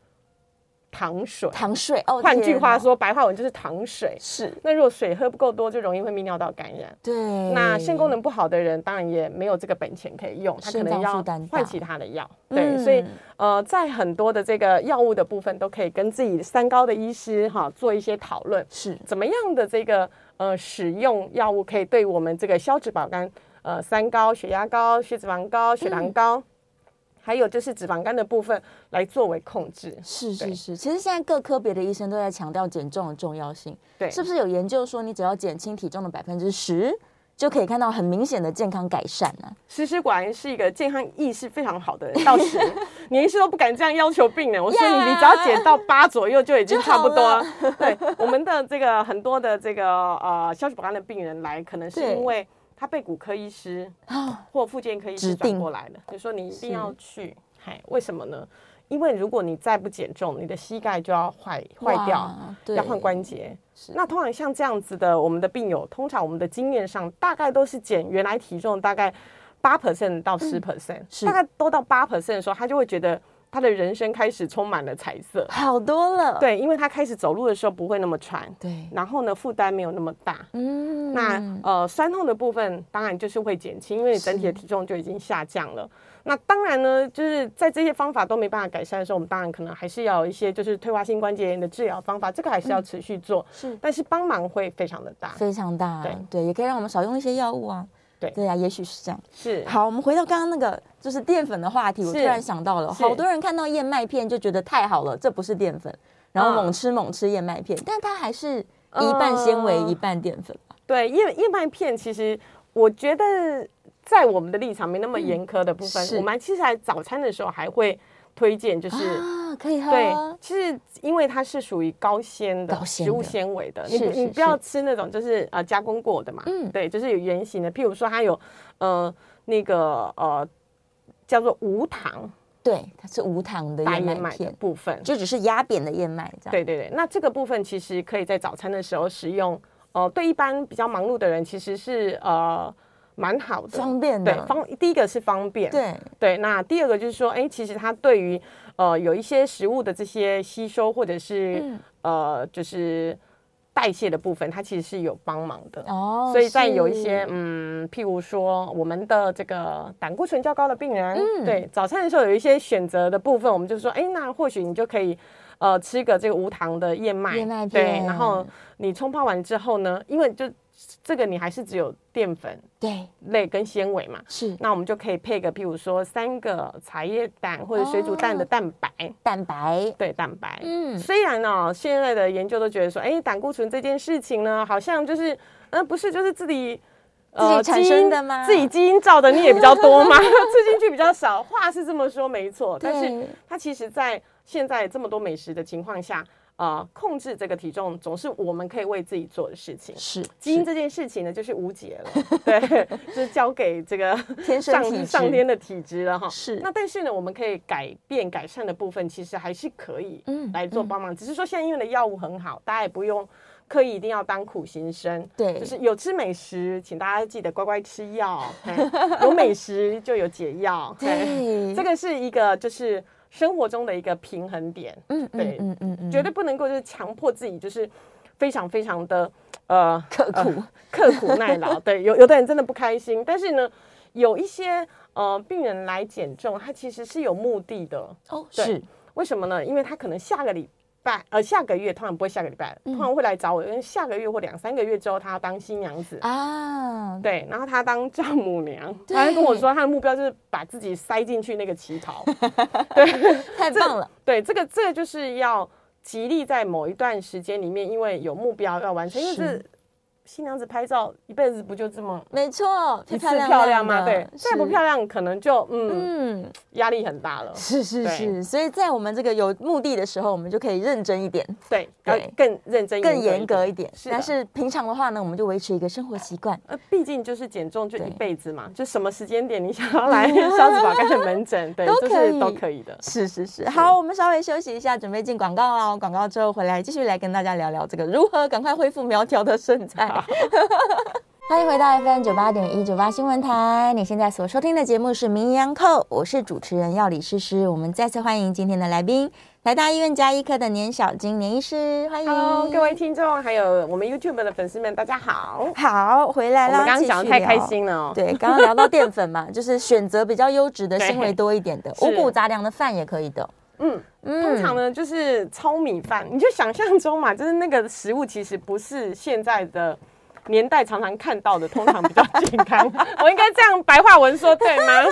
[SPEAKER 2] 糖水，
[SPEAKER 1] 糖水哦，
[SPEAKER 2] 换句
[SPEAKER 1] 天
[SPEAKER 2] 话
[SPEAKER 1] 哪
[SPEAKER 2] 说，白话文就是糖水。
[SPEAKER 1] 是，
[SPEAKER 2] 那如果水喝不够多，就容易会泌尿道感染。
[SPEAKER 1] 对，
[SPEAKER 2] 那肾功能不好的人，当然也没有这个本钱可以用，他可
[SPEAKER 1] 肾
[SPEAKER 2] 能
[SPEAKER 1] 脏
[SPEAKER 2] 要
[SPEAKER 1] 负担大
[SPEAKER 2] 换其他的药。
[SPEAKER 1] 嗯
[SPEAKER 2] 对，所以呃，在很多的这个药物的部分，都可以跟自己三高的医师哈做一些讨论，
[SPEAKER 1] 是
[SPEAKER 2] 怎么样的这个呃使用药物可以对我们这个消脂保肝呃三高、血压高、血脂肪高、
[SPEAKER 1] 嗯
[SPEAKER 2] 血糖高，还有就是脂肪肝的部分来作为控制。
[SPEAKER 1] 是是
[SPEAKER 2] 对
[SPEAKER 1] 是，其实现在各科别的医生都在强调减重的重要性，
[SPEAKER 2] 对，
[SPEAKER 1] 是不是有研究说，你只要减轻体重的百分之十，就可以看到很明显的健康改善呢、
[SPEAKER 2] 诗诗果然是一个健康意识非常好的人，
[SPEAKER 1] <laughs>
[SPEAKER 2] 到时你医师都不敢这样要求病人。我说你，
[SPEAKER 1] 呀
[SPEAKER 2] 你只要减到八左右就已经
[SPEAKER 1] 就
[SPEAKER 2] 差不多
[SPEAKER 1] 好
[SPEAKER 2] 了。对，我们的这个很多的这个呃消脂保肝的病人来，可能是
[SPEAKER 1] 对
[SPEAKER 2] 因为他被骨科医师
[SPEAKER 1] 啊？
[SPEAKER 2] 或复健科医
[SPEAKER 1] 指
[SPEAKER 2] 师
[SPEAKER 1] 定
[SPEAKER 2] 转过来的。就说你一定要去，嗨，为什么呢？因为如果你再不减重，你的膝盖就要坏坏掉
[SPEAKER 1] 哇，对
[SPEAKER 2] 要换关节。那通常像这样子的，我们的病友，通常我们的经验上大概都是减原来体重大概八 percent 到十 percent，、
[SPEAKER 1] 嗯是
[SPEAKER 2] 大概都到八 percent 的时候，他就会觉得他的人生开始充满了彩色。
[SPEAKER 1] 好多了。
[SPEAKER 2] 对，因为他开始走路的时候不会那么喘，
[SPEAKER 1] 对，
[SPEAKER 2] 然后呢，负担没有那么大。
[SPEAKER 1] 嗯，
[SPEAKER 2] 那呃，酸痛的部分当然就是会减轻，因为你整体的体重就已经下降了。那当然呢，就是在这些方法都没办法改善的时候，我们当然可能还是要有一些就是退化性关节炎的治疗方法，这个还是要持续做，
[SPEAKER 1] 嗯是
[SPEAKER 2] 但是帮忙会非常的大。
[SPEAKER 1] 非常大，啊
[SPEAKER 2] 对
[SPEAKER 1] 对，也可以让我们少用一些药物啊。
[SPEAKER 2] 对
[SPEAKER 1] 对啊，也许是这样。
[SPEAKER 2] 是，
[SPEAKER 1] 好，我们回到刚刚那个就是淀粉的话题，我突
[SPEAKER 2] 是
[SPEAKER 1] 然想到了，
[SPEAKER 2] 是
[SPEAKER 1] 好多人看到燕麦片就觉得太好了，这不是淀粉，然后猛吃猛吃燕麦片，但它还是一半纤维
[SPEAKER 2] 嗯嗯
[SPEAKER 1] 一半淀粉吧。
[SPEAKER 2] 对，燕燕麦片其实我觉得在我们的立场没那么严苛的部
[SPEAKER 1] 嗯
[SPEAKER 2] 分，
[SPEAKER 1] 是
[SPEAKER 2] 我们还其实还早餐的时候还会推荐就是。
[SPEAKER 1] 啊，可以喝。
[SPEAKER 2] 对，其实因为它是属于高纤的
[SPEAKER 1] 高纤
[SPEAKER 2] 植物
[SPEAKER 1] 的
[SPEAKER 2] 纤维的，
[SPEAKER 1] 是
[SPEAKER 2] 你不
[SPEAKER 1] 是
[SPEAKER 2] 你不要吃那种就是呃加工过的嘛，
[SPEAKER 1] 嗯
[SPEAKER 2] 对，就是有原型的，譬如说它有呃那个呃叫做无糖
[SPEAKER 1] 对，它是无糖的
[SPEAKER 2] 白
[SPEAKER 1] 燕
[SPEAKER 2] 燕
[SPEAKER 1] 麦
[SPEAKER 2] 麦的
[SPEAKER 1] 片，
[SPEAKER 2] 部分，
[SPEAKER 1] 就只是压扁的燕麦这样。，
[SPEAKER 2] 对对对，那这个部分其实可以在早餐的时候食用，呃，对一般比较忙碌的人其实是呃蛮好的，
[SPEAKER 1] 方便的
[SPEAKER 2] 对方第一个是方便，
[SPEAKER 1] 对，
[SPEAKER 2] 对，那第二个就是说，哎，其实它对于呃有一些食物的这些吸收或者是、
[SPEAKER 1] 嗯
[SPEAKER 2] 呃就是代谢的部分，它其实是有帮忙的。
[SPEAKER 1] 哦，
[SPEAKER 2] 所以在有一
[SPEAKER 1] 是
[SPEAKER 2] 些嗯，譬如说我们的这个胆固醇较高的病人，
[SPEAKER 1] 嗯
[SPEAKER 2] 对早餐的时候有一些选择的部分，我们就说，哎，那或许你就可以。呃，吃个这个无糖的燕麦，
[SPEAKER 1] 燕麦
[SPEAKER 2] 对，
[SPEAKER 1] 片
[SPEAKER 2] 然后你冲泡完之后呢，因为就这个你还是只有淀粉
[SPEAKER 1] 对
[SPEAKER 2] 类跟纤维嘛，
[SPEAKER 1] 是
[SPEAKER 2] 那我们就可以配个，譬如说三个茶叶蛋或者水煮蛋的蛋白，
[SPEAKER 1] 蛋白，
[SPEAKER 2] 对蛋白。
[SPEAKER 1] 哦嗯，
[SPEAKER 2] 虽然呢、现在的研究都觉得说，哎，胆固醇这件事情呢，好像就是，嗯、不是就是自己。呃
[SPEAKER 1] 自己产
[SPEAKER 2] 基因
[SPEAKER 1] 生的吗
[SPEAKER 2] 自己基因造的你也比较多嘛， <laughs> 吃进去比较少，话是这么说没错，但
[SPEAKER 1] 对
[SPEAKER 2] 是它其实，在现在这么多美食的情况下，呃，控制这个体重总是我们可以为自己做的事情。
[SPEAKER 1] 是
[SPEAKER 2] 基因这件事情呢，就是无解了， <laughs> 对，就是交给这个
[SPEAKER 1] <laughs> 天生体质
[SPEAKER 2] 上上天的体质了哈。
[SPEAKER 1] 是
[SPEAKER 2] 那但是呢，我们可以改变、改善的部分，其实还是可以
[SPEAKER 1] 嗯
[SPEAKER 2] 来做帮忙。只是说现在因为的药物很好，大家也不用刻意一定要当苦行僧。
[SPEAKER 1] 对
[SPEAKER 2] 就是有吃美食，请大家记得乖乖吃
[SPEAKER 1] <laughs>
[SPEAKER 2] 药，嘿有美食就有解药。嘿
[SPEAKER 1] 对
[SPEAKER 2] <laughs> 这个是一个就是生活中的一个平衡点。
[SPEAKER 1] 嗯嗯
[SPEAKER 2] 对
[SPEAKER 1] 嗯嗯嗯，
[SPEAKER 2] 绝对不能够就是强迫自己，就是非常非常的呃
[SPEAKER 1] <laughs> 刻苦
[SPEAKER 2] 呃刻苦耐
[SPEAKER 1] <laughs>
[SPEAKER 2] 劳。对，有有的人真的不开心，但是呢，有一些呃病人来减重，他其实是有目的的。
[SPEAKER 1] 哦
[SPEAKER 2] 对
[SPEAKER 1] 是
[SPEAKER 2] 为什么呢？因为他可能下个礼拜呃下个月通常不会下个礼拜，
[SPEAKER 1] 嗯
[SPEAKER 2] 通常会来找我，因为下个月或两三个月之后他要当新娘子。
[SPEAKER 1] 啊，
[SPEAKER 2] 对，然后他当丈母娘，
[SPEAKER 1] 对
[SPEAKER 2] 他跟我说他的目标就是把自己塞进去那个旗袍，
[SPEAKER 1] 太棒了，
[SPEAKER 2] 对，这个这个就是要极力在某一段时间里面，因为有目标要完成，因为
[SPEAKER 1] 是
[SPEAKER 2] 这新娘子拍照一辈子不就这么
[SPEAKER 1] 没错，
[SPEAKER 2] 一
[SPEAKER 1] 漂漂
[SPEAKER 2] 次
[SPEAKER 1] 亮
[SPEAKER 2] 漂亮吗？
[SPEAKER 1] 的
[SPEAKER 2] 对，再不
[SPEAKER 1] 是
[SPEAKER 2] 漂亮可能就嗯
[SPEAKER 1] 嗯，
[SPEAKER 2] 压力很大了。
[SPEAKER 1] 是是
[SPEAKER 2] 对
[SPEAKER 1] 是，所以在我们这个有目的的时候，我们就可以认真一点，
[SPEAKER 2] 对，要
[SPEAKER 1] 对
[SPEAKER 2] 更认真、
[SPEAKER 1] 更严
[SPEAKER 2] 严
[SPEAKER 1] 格
[SPEAKER 2] 格
[SPEAKER 1] 一
[SPEAKER 2] 一
[SPEAKER 1] 点
[SPEAKER 2] 点。。
[SPEAKER 1] 但
[SPEAKER 2] 是的。
[SPEAKER 1] 是平常的话呢，我们就维持一个生活习惯。
[SPEAKER 2] 呃，毕竟就是减重就
[SPEAKER 1] 对
[SPEAKER 2] 一辈子嘛，就什么时间点你想
[SPEAKER 1] <laughs>
[SPEAKER 2] 要来消脂保肝的门诊，对，
[SPEAKER 1] 都
[SPEAKER 2] 就
[SPEAKER 1] 可
[SPEAKER 2] 是都
[SPEAKER 1] 以
[SPEAKER 2] 可以的。
[SPEAKER 1] 是是是，好，我们稍微休息一下，准备进广告啦。广告之后回来继续来跟大家聊聊这个如何赶快恢复苗条的身材。 <laughs> 欢迎回到 FM 九八点一九八新闻台，你现在所收听的节目是《名医央叩》，我是主持人药理诗诗。我们再次欢迎今天的来宾，台大医院加医科的年小金年医师，欢迎
[SPEAKER 2] Hello，各位听众，还有我们 YouTube 的粉丝们，大家好。
[SPEAKER 1] 好，回来
[SPEAKER 2] 我
[SPEAKER 1] 啦！
[SPEAKER 2] 们刚刚讲的太开
[SPEAKER 1] 了。
[SPEAKER 2] 心了哦。
[SPEAKER 1] 对，刚刚聊到淀粉嘛，就是选择比较优质的、
[SPEAKER 2] <laughs> 对
[SPEAKER 1] 纤维多一点的，
[SPEAKER 2] 是
[SPEAKER 1] 五谷杂粮的饭也可以的。
[SPEAKER 2] 嗯，
[SPEAKER 1] 嗯
[SPEAKER 2] 通常呢，就是糙米饭，你就想象中嘛，就是那个食物其实不是现在的年代常常看到的，通常比较健康。 <laughs> 我应该这样白话文说对吗？就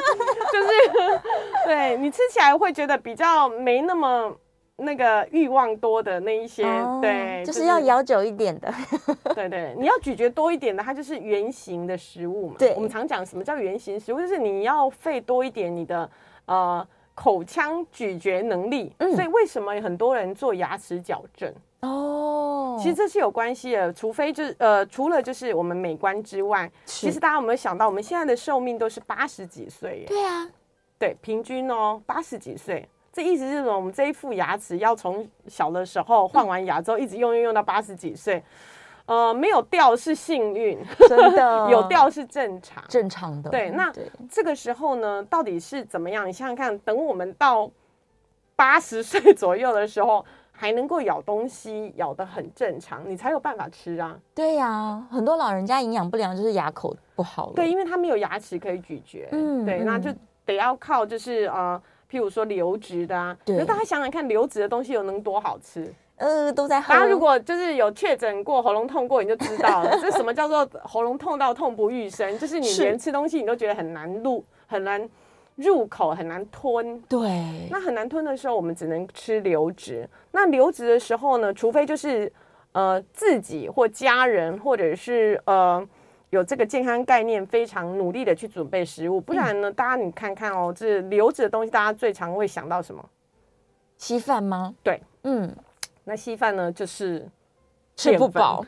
[SPEAKER 2] 是对你吃起来会觉得比较没那么那个欲望多的那一些，
[SPEAKER 1] 哦
[SPEAKER 2] 对，
[SPEAKER 1] 就是要咬久一点
[SPEAKER 2] <laughs>
[SPEAKER 1] 的。
[SPEAKER 2] 对对，你要咀嚼多一点的，它就是圆形的食物嘛。
[SPEAKER 1] 对
[SPEAKER 2] 我们常讲什么叫圆形食物，就是你要费多一点你的呃口腔咀嚼能力。
[SPEAKER 1] 嗯
[SPEAKER 2] 所以为什么很多人做牙齿矫正？
[SPEAKER 1] 哦，
[SPEAKER 2] 其实这是有关系的，除非就是呃，除了就是我们美观之外，
[SPEAKER 1] 是
[SPEAKER 2] 其实大家有没有想到，我们现在的寿命都是八十几岁耶？
[SPEAKER 1] 对啊，
[SPEAKER 2] 对，平均哦，八十几岁。这意思是说，我们这一副牙齿要从小的时候换完牙之后，一直用用用到八十几岁，呃，没有掉是幸运，
[SPEAKER 1] 真的
[SPEAKER 2] <laughs> 有掉是正常。
[SPEAKER 1] 正常的。
[SPEAKER 2] 对，那这个时候呢，到底是怎么样？你想想看，等我们到八十岁左右的时候还能够咬东西，咬得很正常，你才有办法吃啊。
[SPEAKER 1] 对呀、很多老人家营养不良就是牙口不好了。
[SPEAKER 2] 对，因为他没有牙齿可以咀嚼，
[SPEAKER 1] 嗯
[SPEAKER 2] 对，
[SPEAKER 1] 嗯
[SPEAKER 2] 那就得要靠就是呃，譬如说流质的啊，
[SPEAKER 1] 对
[SPEAKER 2] 可是大家想想看，流质的东西有能多好吃？
[SPEAKER 1] 呃，都在喝。
[SPEAKER 2] 大家如果就是有确诊过喉咙痛过，你就知
[SPEAKER 1] <laughs>
[SPEAKER 2] 道了，这什么叫做喉咙痛到痛不欲生，就是你
[SPEAKER 1] 是
[SPEAKER 2] 连吃东西你都觉得很难入，很难入口，很难吞。
[SPEAKER 1] 对，
[SPEAKER 2] 那很难吞的时候，我们只能吃流质。那流质的时候呢，除非就是呃自己或家人，或者是呃有这个健康概念，非常努力的去准备食物，不然呢，大家你看看哦，这流质的东西，大家最常会想到什么？
[SPEAKER 1] 稀饭吗？
[SPEAKER 2] 对，
[SPEAKER 1] 嗯，
[SPEAKER 2] 那稀饭呢，就是 <laughs>
[SPEAKER 1] 吃不饱。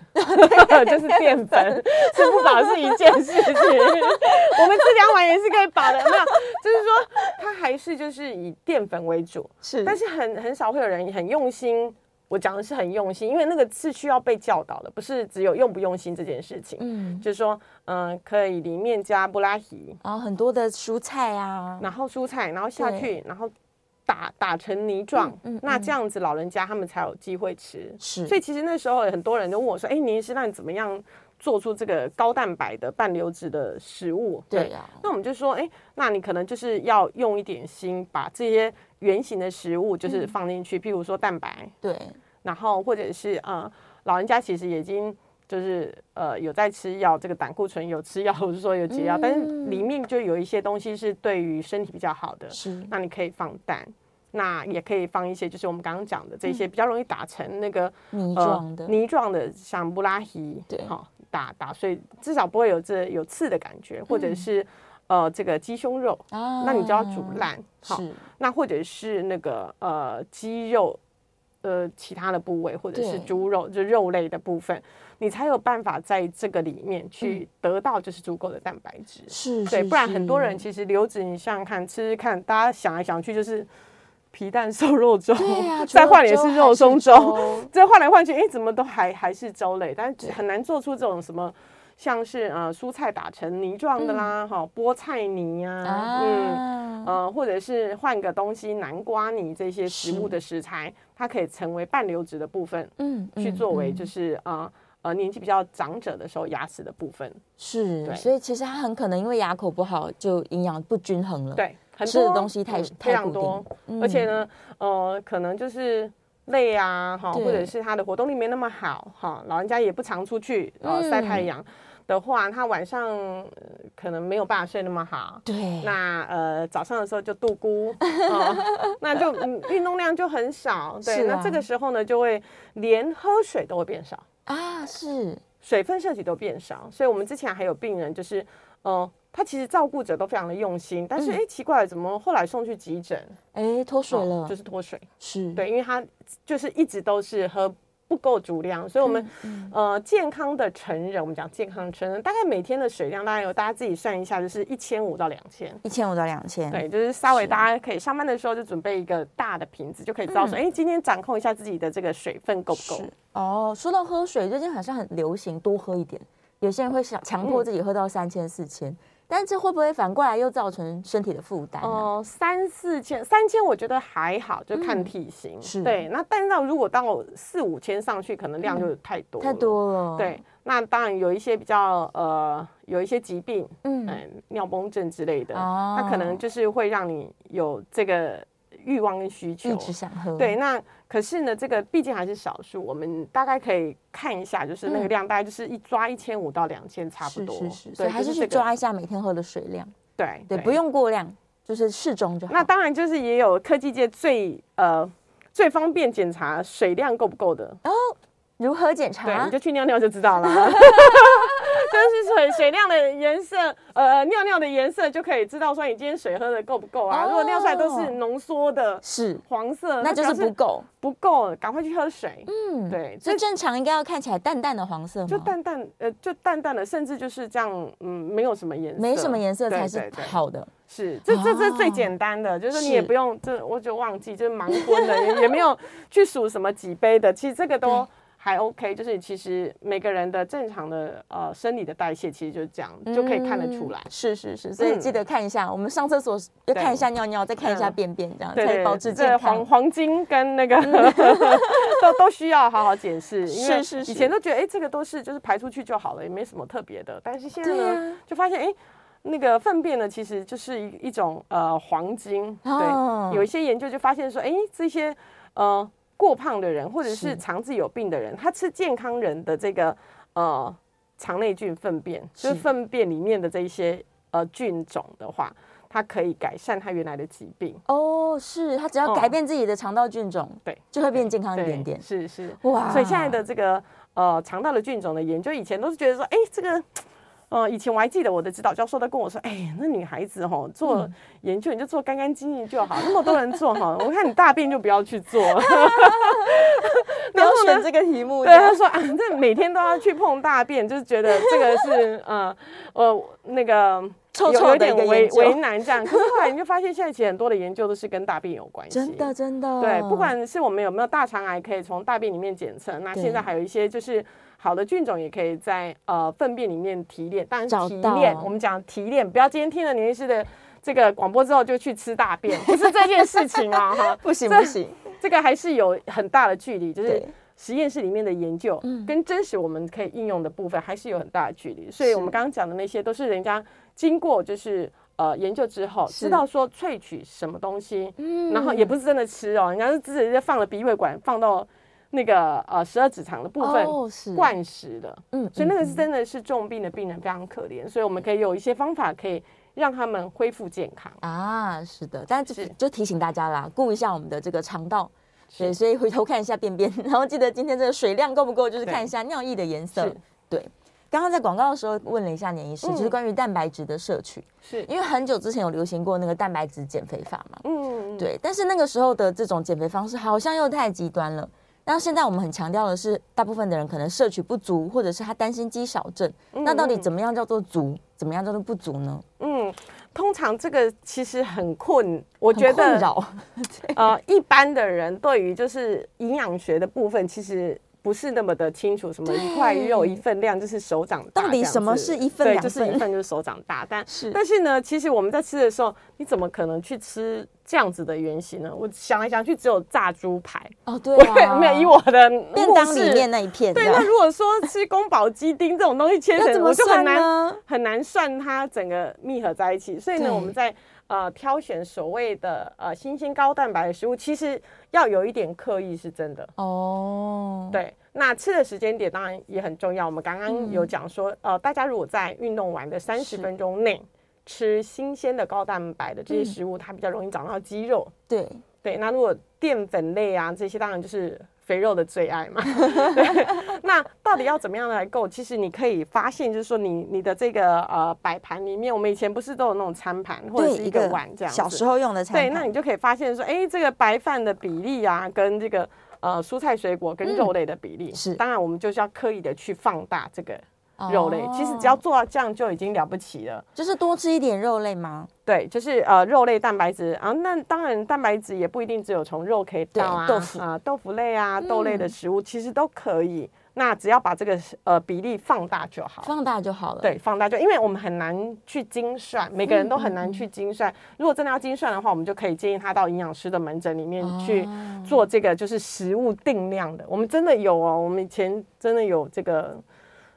[SPEAKER 2] 就是淀粉，吃不饱是一件事情。 <laughs> 我们吃两碗也是可以饱的，没有，就是说它还是就是以淀粉为主。
[SPEAKER 1] 是
[SPEAKER 2] 但是很很少会有人很用心。我讲的是很用心，因为那个是需要被教导的，不是只有用不用心这件事情。
[SPEAKER 1] 嗯，
[SPEAKER 2] 就是说，嗯、可以里面加布拉提，
[SPEAKER 1] 然后很多的蔬菜啊，
[SPEAKER 2] 然后蔬菜，然后下去，然后打打成泥状。
[SPEAKER 1] 嗯嗯
[SPEAKER 2] 那
[SPEAKER 1] 嗯
[SPEAKER 2] 这样子老人家他们才有机会吃。
[SPEAKER 1] 是
[SPEAKER 2] 所以其实那时候很多人就问我说：“哎、您是让怎么样做出这个高蛋白的半流质的食物？”
[SPEAKER 1] 对呀
[SPEAKER 2] 那我们就说：“哎、那你可能就是要用一点心，把这些圆形的食物就是放进去，譬如说蛋白，
[SPEAKER 1] 对，
[SPEAKER 2] 然后或者是呃，老人家其实已经。”就是呃有在吃药，这个胆固醇有吃药，我 <laughs> 是说有解药，但是里面就有一些东西是对于身体比较好的，
[SPEAKER 1] 是
[SPEAKER 2] 那你可以放蛋，那也可以放一些就是我们刚刚讲的这些比较容易打成那个
[SPEAKER 1] 泥
[SPEAKER 2] 呃
[SPEAKER 1] 状的，
[SPEAKER 2] 泥状的，像布拉提，
[SPEAKER 1] 对
[SPEAKER 2] 好、打打碎，至少不会有这有刺的感觉，或者是、呃这个鸡胸肉，
[SPEAKER 1] 嗯啊
[SPEAKER 2] 那你就要煮烂，好、
[SPEAKER 1] 是
[SPEAKER 2] 那或者是那个呃鸡肉。呃，其他的部位或者是
[SPEAKER 1] 对
[SPEAKER 2] 猪肉，就肉类的部分，你才有办法在这个里面去得到就是足够的蛋白质。
[SPEAKER 1] 嗯是，
[SPEAKER 2] 对，
[SPEAKER 1] 是
[SPEAKER 2] 不然很多人
[SPEAKER 1] 是
[SPEAKER 2] 其实流质，你想想看，吃吃看，大家想来想去就是皮蛋瘦肉粥，
[SPEAKER 1] 对啊
[SPEAKER 2] <laughs>
[SPEAKER 1] 呀，
[SPEAKER 2] 再
[SPEAKER 1] 除了
[SPEAKER 2] 换也是肉松
[SPEAKER 1] 还是
[SPEAKER 2] 粥， <laughs> 再换来换去，哎，怎么都还还是粥类，但
[SPEAKER 1] 对
[SPEAKER 2] 是很难做出这种什么。像是呃蔬菜打成泥状的啦，哈、菠菜泥啊，嗯，
[SPEAKER 1] 嗯啊，
[SPEAKER 2] 呃，或者是换个东西，南瓜泥这些食物
[SPEAKER 1] 是
[SPEAKER 2] 的食材，它可以成为半流质的部分，
[SPEAKER 1] 嗯，
[SPEAKER 2] 去
[SPEAKER 1] 嗯
[SPEAKER 2] 作为
[SPEAKER 1] 嗯
[SPEAKER 2] 就是呃呃年纪比较长者的时候牙齿的部分，
[SPEAKER 1] 是，
[SPEAKER 2] 对
[SPEAKER 1] 所以其实他很可能因为牙口不好，就营养不均衡了。，嗯
[SPEAKER 2] 对，很
[SPEAKER 1] 吃的
[SPEAKER 2] 多嗯
[SPEAKER 1] 东西太太
[SPEAKER 2] 非常
[SPEAKER 1] 固定
[SPEAKER 2] 多，而且呢，呃，可能就是累啊，哈，
[SPEAKER 1] 对
[SPEAKER 2] 或者是他的活动力没那么好，哈，老人家也不常出去，呃，
[SPEAKER 1] 嗯
[SPEAKER 2] 晒太阳的话，他晚上、呃可能没有办法睡那么好。
[SPEAKER 1] 对，
[SPEAKER 2] 那呃，早上的时候就度孤，
[SPEAKER 1] <laughs>
[SPEAKER 2] 哦、那就嗯运动量就很少，对，
[SPEAKER 1] 是啊
[SPEAKER 2] 那这个时候呢，就会连喝水都会变少，
[SPEAKER 1] 啊是
[SPEAKER 2] 水分摄取都变少，所以我们之前还有病人就是，呃，他其实照顾者都非常的用心，但是
[SPEAKER 1] 嗯
[SPEAKER 2] 哎、诶奇怪，怎么后来送去急诊，
[SPEAKER 1] 哎脱水
[SPEAKER 2] 哦
[SPEAKER 1] 了，
[SPEAKER 2] 就是脱水。
[SPEAKER 1] 是，
[SPEAKER 2] 对，因为他就是一直都是喝不够足量，所以我们、
[SPEAKER 1] 嗯
[SPEAKER 2] 呃健康的成人，我们讲健康的成人，大概每天的水量，大概有大家自己算一下，就是一千五到两千。
[SPEAKER 1] 一千五到两千，
[SPEAKER 2] 对，就是稍
[SPEAKER 1] 啊
[SPEAKER 2] 微大家可以上班的时候就准备一个大的瓶子，就可以知道说，哎、今天掌控一下自己的这个水分够不够
[SPEAKER 1] 嗯是。哦。说到喝水，最近好像很流行多喝一点，有些人会想强迫自己喝到三千四千，但这会不会反过来又造成身体的负担啊呢？
[SPEAKER 2] 哦、三四千，三千我觉得还好，就看体型。
[SPEAKER 1] 嗯是嗯
[SPEAKER 2] 对，那但是如果到四五千上去，可能量就太多、
[SPEAKER 1] 太。多了，，
[SPEAKER 2] 对，那当然有一些比较呃，有一些疾病，
[SPEAKER 1] 嗯，
[SPEAKER 2] 嗯，尿崩症之类的，
[SPEAKER 1] 哦
[SPEAKER 2] 它可能就是会让你有这个欲望跟需求
[SPEAKER 1] 一。直想喝，
[SPEAKER 2] 对，，那可是呢，这个毕竟还是少数，我们大概可以看一下，就是那个
[SPEAKER 1] 嗯
[SPEAKER 2] 量大概就是一抓一千五到两千差不
[SPEAKER 1] 是
[SPEAKER 2] 多，
[SPEAKER 1] 是是，所
[SPEAKER 2] 对，
[SPEAKER 1] 以还
[SPEAKER 2] 就是是
[SPEAKER 1] 去
[SPEAKER 2] 这个
[SPEAKER 1] 抓一下每天喝的水量，
[SPEAKER 2] 对
[SPEAKER 1] 对，不。用过量，就是适中就好。
[SPEAKER 2] 那当然就是也有科技界最呃最方便检查水量够不够的，
[SPEAKER 1] 如何检
[SPEAKER 2] 对，
[SPEAKER 1] 查
[SPEAKER 2] 你就？去尿尿就知道了。啊 <laughs> 就是水水量的颜色，呃，尿尿的颜色就可以知道说你今天水喝的够不够啊。
[SPEAKER 1] 哦
[SPEAKER 2] 如果尿出来都是浓缩的
[SPEAKER 1] 是，
[SPEAKER 2] 黄色，
[SPEAKER 1] 那就是
[SPEAKER 2] 呃表
[SPEAKER 1] 不
[SPEAKER 2] 示
[SPEAKER 1] 够。
[SPEAKER 2] 不够，赶快去喝水。
[SPEAKER 1] 嗯，
[SPEAKER 2] 对
[SPEAKER 1] 所以
[SPEAKER 2] 这
[SPEAKER 1] 正常应该要看起来淡淡的黄色嘛，
[SPEAKER 2] 就淡淡，呃，就淡淡的，甚至就是这样，嗯，没有什么颜色，
[SPEAKER 1] 没什么颜色
[SPEAKER 2] 对
[SPEAKER 1] 才
[SPEAKER 2] 对
[SPEAKER 1] 是
[SPEAKER 2] 对
[SPEAKER 1] 好的。
[SPEAKER 2] 是，这这这是最
[SPEAKER 1] 哦
[SPEAKER 2] 简单的，就是
[SPEAKER 1] 是
[SPEAKER 2] 你也不用，这我就忘记，就是盲婚了，也也没有去数什么几杯的，其实这个都还 OK，就是其实每个人的正常的呃生理的代谢其实就是这样，
[SPEAKER 1] 嗯
[SPEAKER 2] 就可以看得出来。
[SPEAKER 1] 是是是，所以记得看一下，我们上厕所要看一下尿尿，再看一下便便，这样
[SPEAKER 2] 对
[SPEAKER 1] 才
[SPEAKER 2] 对，
[SPEAKER 1] 保持
[SPEAKER 2] 这
[SPEAKER 1] 健
[SPEAKER 2] 黄
[SPEAKER 1] 康。
[SPEAKER 2] 黄金
[SPEAKER 1] <laughs>
[SPEAKER 2] 跟那个都都需要好好检视，因为
[SPEAKER 1] 是是
[SPEAKER 2] 以前都觉得哎、诶这个都是就是排出去就好了，也没什么特别的，但是现在
[SPEAKER 1] 对
[SPEAKER 2] 呢、
[SPEAKER 1] 啊
[SPEAKER 2] 就发现哎。诶那个粪便呢，其实就是一一种呃黄金。对，
[SPEAKER 1] 哦
[SPEAKER 2] 有一些研究就发现说，哎，这些呃过胖的人，或者
[SPEAKER 1] 是
[SPEAKER 2] 是肠子有病的人，他吃健康人的这个呃肠内菌粪便，就是
[SPEAKER 1] 是
[SPEAKER 2] 粪便里面的这一些呃菌种的话，它可以改善他原来的疾病。
[SPEAKER 1] 哦，是他只要
[SPEAKER 2] 嗯
[SPEAKER 1] 改变自己的肠道菌种，
[SPEAKER 2] 对，
[SPEAKER 1] 就会变健康一
[SPEAKER 2] 对，
[SPEAKER 1] 点点。
[SPEAKER 2] 是是，
[SPEAKER 1] 哇
[SPEAKER 2] 所以现在的这个呃肠道的菌种的研究，以前都是觉得说，哎、这个。呃，以前我还记得我的指导教授都跟我说，哎、那女孩子吼做
[SPEAKER 1] 嗯
[SPEAKER 2] 研究你就做干干净净就好，那么多人做哈，我看你大便就不要去做。 <laughs>
[SPEAKER 1] 不要选这个题目，
[SPEAKER 2] 对，他说啊，这每天都要去碰大便，就是觉得这个是呃呃那个
[SPEAKER 1] 臭
[SPEAKER 2] 有
[SPEAKER 1] 臭的
[SPEAKER 2] 有
[SPEAKER 1] 一
[SPEAKER 2] 点
[SPEAKER 1] 个
[SPEAKER 2] 为
[SPEAKER 1] 研究
[SPEAKER 2] 为难这样。可是后来你就发现，现在其实很多的研究都是跟大便有关系。
[SPEAKER 1] 真的真的，
[SPEAKER 2] 对，不管是我们有没有大肠癌，可以从大便里面检测。那
[SPEAKER 1] 对
[SPEAKER 2] 现在还有一些就是好的菌种，也可以在呃粪便里面提炼。但
[SPEAKER 1] 找
[SPEAKER 2] 是提
[SPEAKER 1] 到
[SPEAKER 2] 炼，我们讲提炼，不要今天听了牛医师的这个广播之后就去吃大便，不是这件事情啊，哈，
[SPEAKER 1] 不行
[SPEAKER 2] 这
[SPEAKER 1] 不行，
[SPEAKER 2] 这个还是有很大的距离，就是
[SPEAKER 1] 对嗯
[SPEAKER 2] 实验室里面的研究跟真实我们可以应用的部分还是有很大的距离。所以我们刚刚讲的那些都是人家经过就是呃研究之后
[SPEAKER 1] 是嗯
[SPEAKER 2] 知道说萃取什么东西，然后也不是真的吃哦，人家是直接放了鼻胃管放到那个呃十二指肠的部分。
[SPEAKER 1] 哦是
[SPEAKER 2] 灌食的，
[SPEAKER 1] 嗯
[SPEAKER 2] 所以那个是
[SPEAKER 1] 嗯
[SPEAKER 2] 真的是重病的病人非常可怜，所以我们可以有一些方法可以让他们恢复健康。
[SPEAKER 1] 啊，是的，但是
[SPEAKER 2] 是
[SPEAKER 1] 就提醒大家啦，顾一下我们的这个肠道。
[SPEAKER 2] 是
[SPEAKER 1] 对，所以回头看一下便便， <laughs> 然后记得今天这个水量够不够，就是
[SPEAKER 2] 对
[SPEAKER 1] 看一下尿液的颜色
[SPEAKER 2] 是。
[SPEAKER 1] 对，刚刚在广告的时候问了一下年医师，
[SPEAKER 2] 嗯
[SPEAKER 1] 就是关于蛋白质的摄取，
[SPEAKER 2] 是，
[SPEAKER 1] 因为很久之前有流行过那个蛋白质减肥法嘛。
[SPEAKER 2] 嗯，
[SPEAKER 1] 对，但是那个时候的这种减肥方式好像又太极端了。那现在我们很强调的是，大部分的人可能摄取不足，或者是他担心肌少症。那到底怎么样叫做足，怎么样叫做不足呢？
[SPEAKER 2] 嗯，通常这个其实很困，我觉
[SPEAKER 1] 很困
[SPEAKER 2] 得
[SPEAKER 1] 扰
[SPEAKER 2] 呃，一般的人对于就是营养学的部分，其实不是那么的清楚，什么一块肉一份量就是手掌大
[SPEAKER 1] 到底
[SPEAKER 2] 这样
[SPEAKER 1] 什么
[SPEAKER 2] 子
[SPEAKER 1] 是一份
[SPEAKER 2] 对
[SPEAKER 1] 两
[SPEAKER 2] 就是一
[SPEAKER 1] 份
[SPEAKER 2] 份就是手掌大，
[SPEAKER 1] <laughs>
[SPEAKER 2] 但
[SPEAKER 1] 是
[SPEAKER 2] 但 <laughs> 是呢，其实我们在吃的时候，你怎么可能去吃这样子的原型呢？我想来想去，只有炸猪排，
[SPEAKER 1] 哦，对啊，
[SPEAKER 2] 没有以我的
[SPEAKER 1] 便
[SPEAKER 2] 目
[SPEAKER 1] 当里
[SPEAKER 2] 视
[SPEAKER 1] 面那一片，
[SPEAKER 2] 对，
[SPEAKER 1] 这样
[SPEAKER 2] 那如果说吃宫保鸡丁这种东西切
[SPEAKER 1] 要怎
[SPEAKER 2] 成，
[SPEAKER 1] 么
[SPEAKER 2] 我就
[SPEAKER 1] 算
[SPEAKER 2] 很难
[SPEAKER 1] 呢？
[SPEAKER 2] <laughs> 很难算它整个密合在一起。所以
[SPEAKER 1] 对
[SPEAKER 2] 呢，我们在呃挑选所谓的呃新鲜高蛋白的食物，其实要有一点刻意是真的。
[SPEAKER 1] 哦，，
[SPEAKER 2] 对，那吃的时间点当然也很重要。我们刚刚有讲说，呃，大家如果在运动完的三
[SPEAKER 1] 嗯是
[SPEAKER 2] 十分钟内吃新鲜的高蛋白的这
[SPEAKER 1] 嗯
[SPEAKER 2] 些食物，它比较容易长到肌肉。
[SPEAKER 1] 对，
[SPEAKER 2] 对，那如果淀粉类啊这些，当然就是肥肉的最爱嘛。
[SPEAKER 1] <laughs>
[SPEAKER 2] 对，那到底要怎么样来够？其实你可以发现，就是说你你的这个呃摆盘里面，我们以前不是都有那种餐盘或者
[SPEAKER 1] 对
[SPEAKER 2] 是一个碗这样子。
[SPEAKER 1] 小时候用的餐
[SPEAKER 2] 对，
[SPEAKER 1] 盘，
[SPEAKER 2] 那你就可以发现说，哎，这个白饭的比例啊，跟这个呃蔬菜水果跟肉类的比例，
[SPEAKER 1] 嗯是
[SPEAKER 2] 当然我们就是要刻意的去放大这个
[SPEAKER 1] 哦
[SPEAKER 2] 肉类。其实只要做到这样就已经了不起了。
[SPEAKER 1] 就是多吃一点肉类吗？
[SPEAKER 2] 对，就是呃肉类蛋白质啊，那当然蛋白质也不一定只有从肉可以到啊，
[SPEAKER 1] 对豆腐
[SPEAKER 2] 啊、豆腐类啊、豆类的食物其实都可以。那只要把这个呃比例放大就好。
[SPEAKER 1] 放大就好了。
[SPEAKER 2] 对，放大就因为我们很难去精算，每个人都很难去精算。如果真的要精算的话，我们就可以建议他到营养师的门诊里面去做这个，就是食物定量的。我们真的有哦，我们以前真的有这个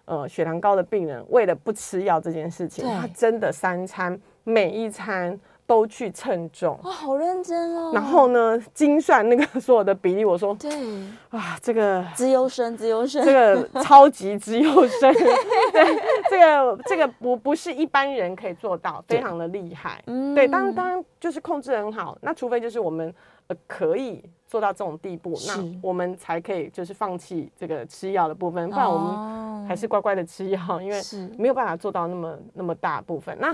[SPEAKER 2] 呃血糖高的病人，为了不吃药这件事情，
[SPEAKER 1] 对
[SPEAKER 2] 他真的三餐每一餐都去称重。
[SPEAKER 1] 哇，好认真哦。
[SPEAKER 2] 然后呢，精算那个 <laughs> 所有的比例，我说
[SPEAKER 1] 对，
[SPEAKER 2] 啊，这个
[SPEAKER 1] 资优生，资优生，
[SPEAKER 2] 这个超级之优生，对，这个这个不不是一般人可以做到，非常的厉害。
[SPEAKER 1] 嗯
[SPEAKER 2] 对，当然当然就是控制得很好，那除非就是我们呃可以做到这种地步，那
[SPEAKER 1] 是
[SPEAKER 2] 我们才可以就是放弃这个吃药的部分，不然我们
[SPEAKER 1] 们
[SPEAKER 2] 还是乖乖的吃药，因为
[SPEAKER 1] 哦是嗯
[SPEAKER 2] 没有办法做到那么那么大部分。那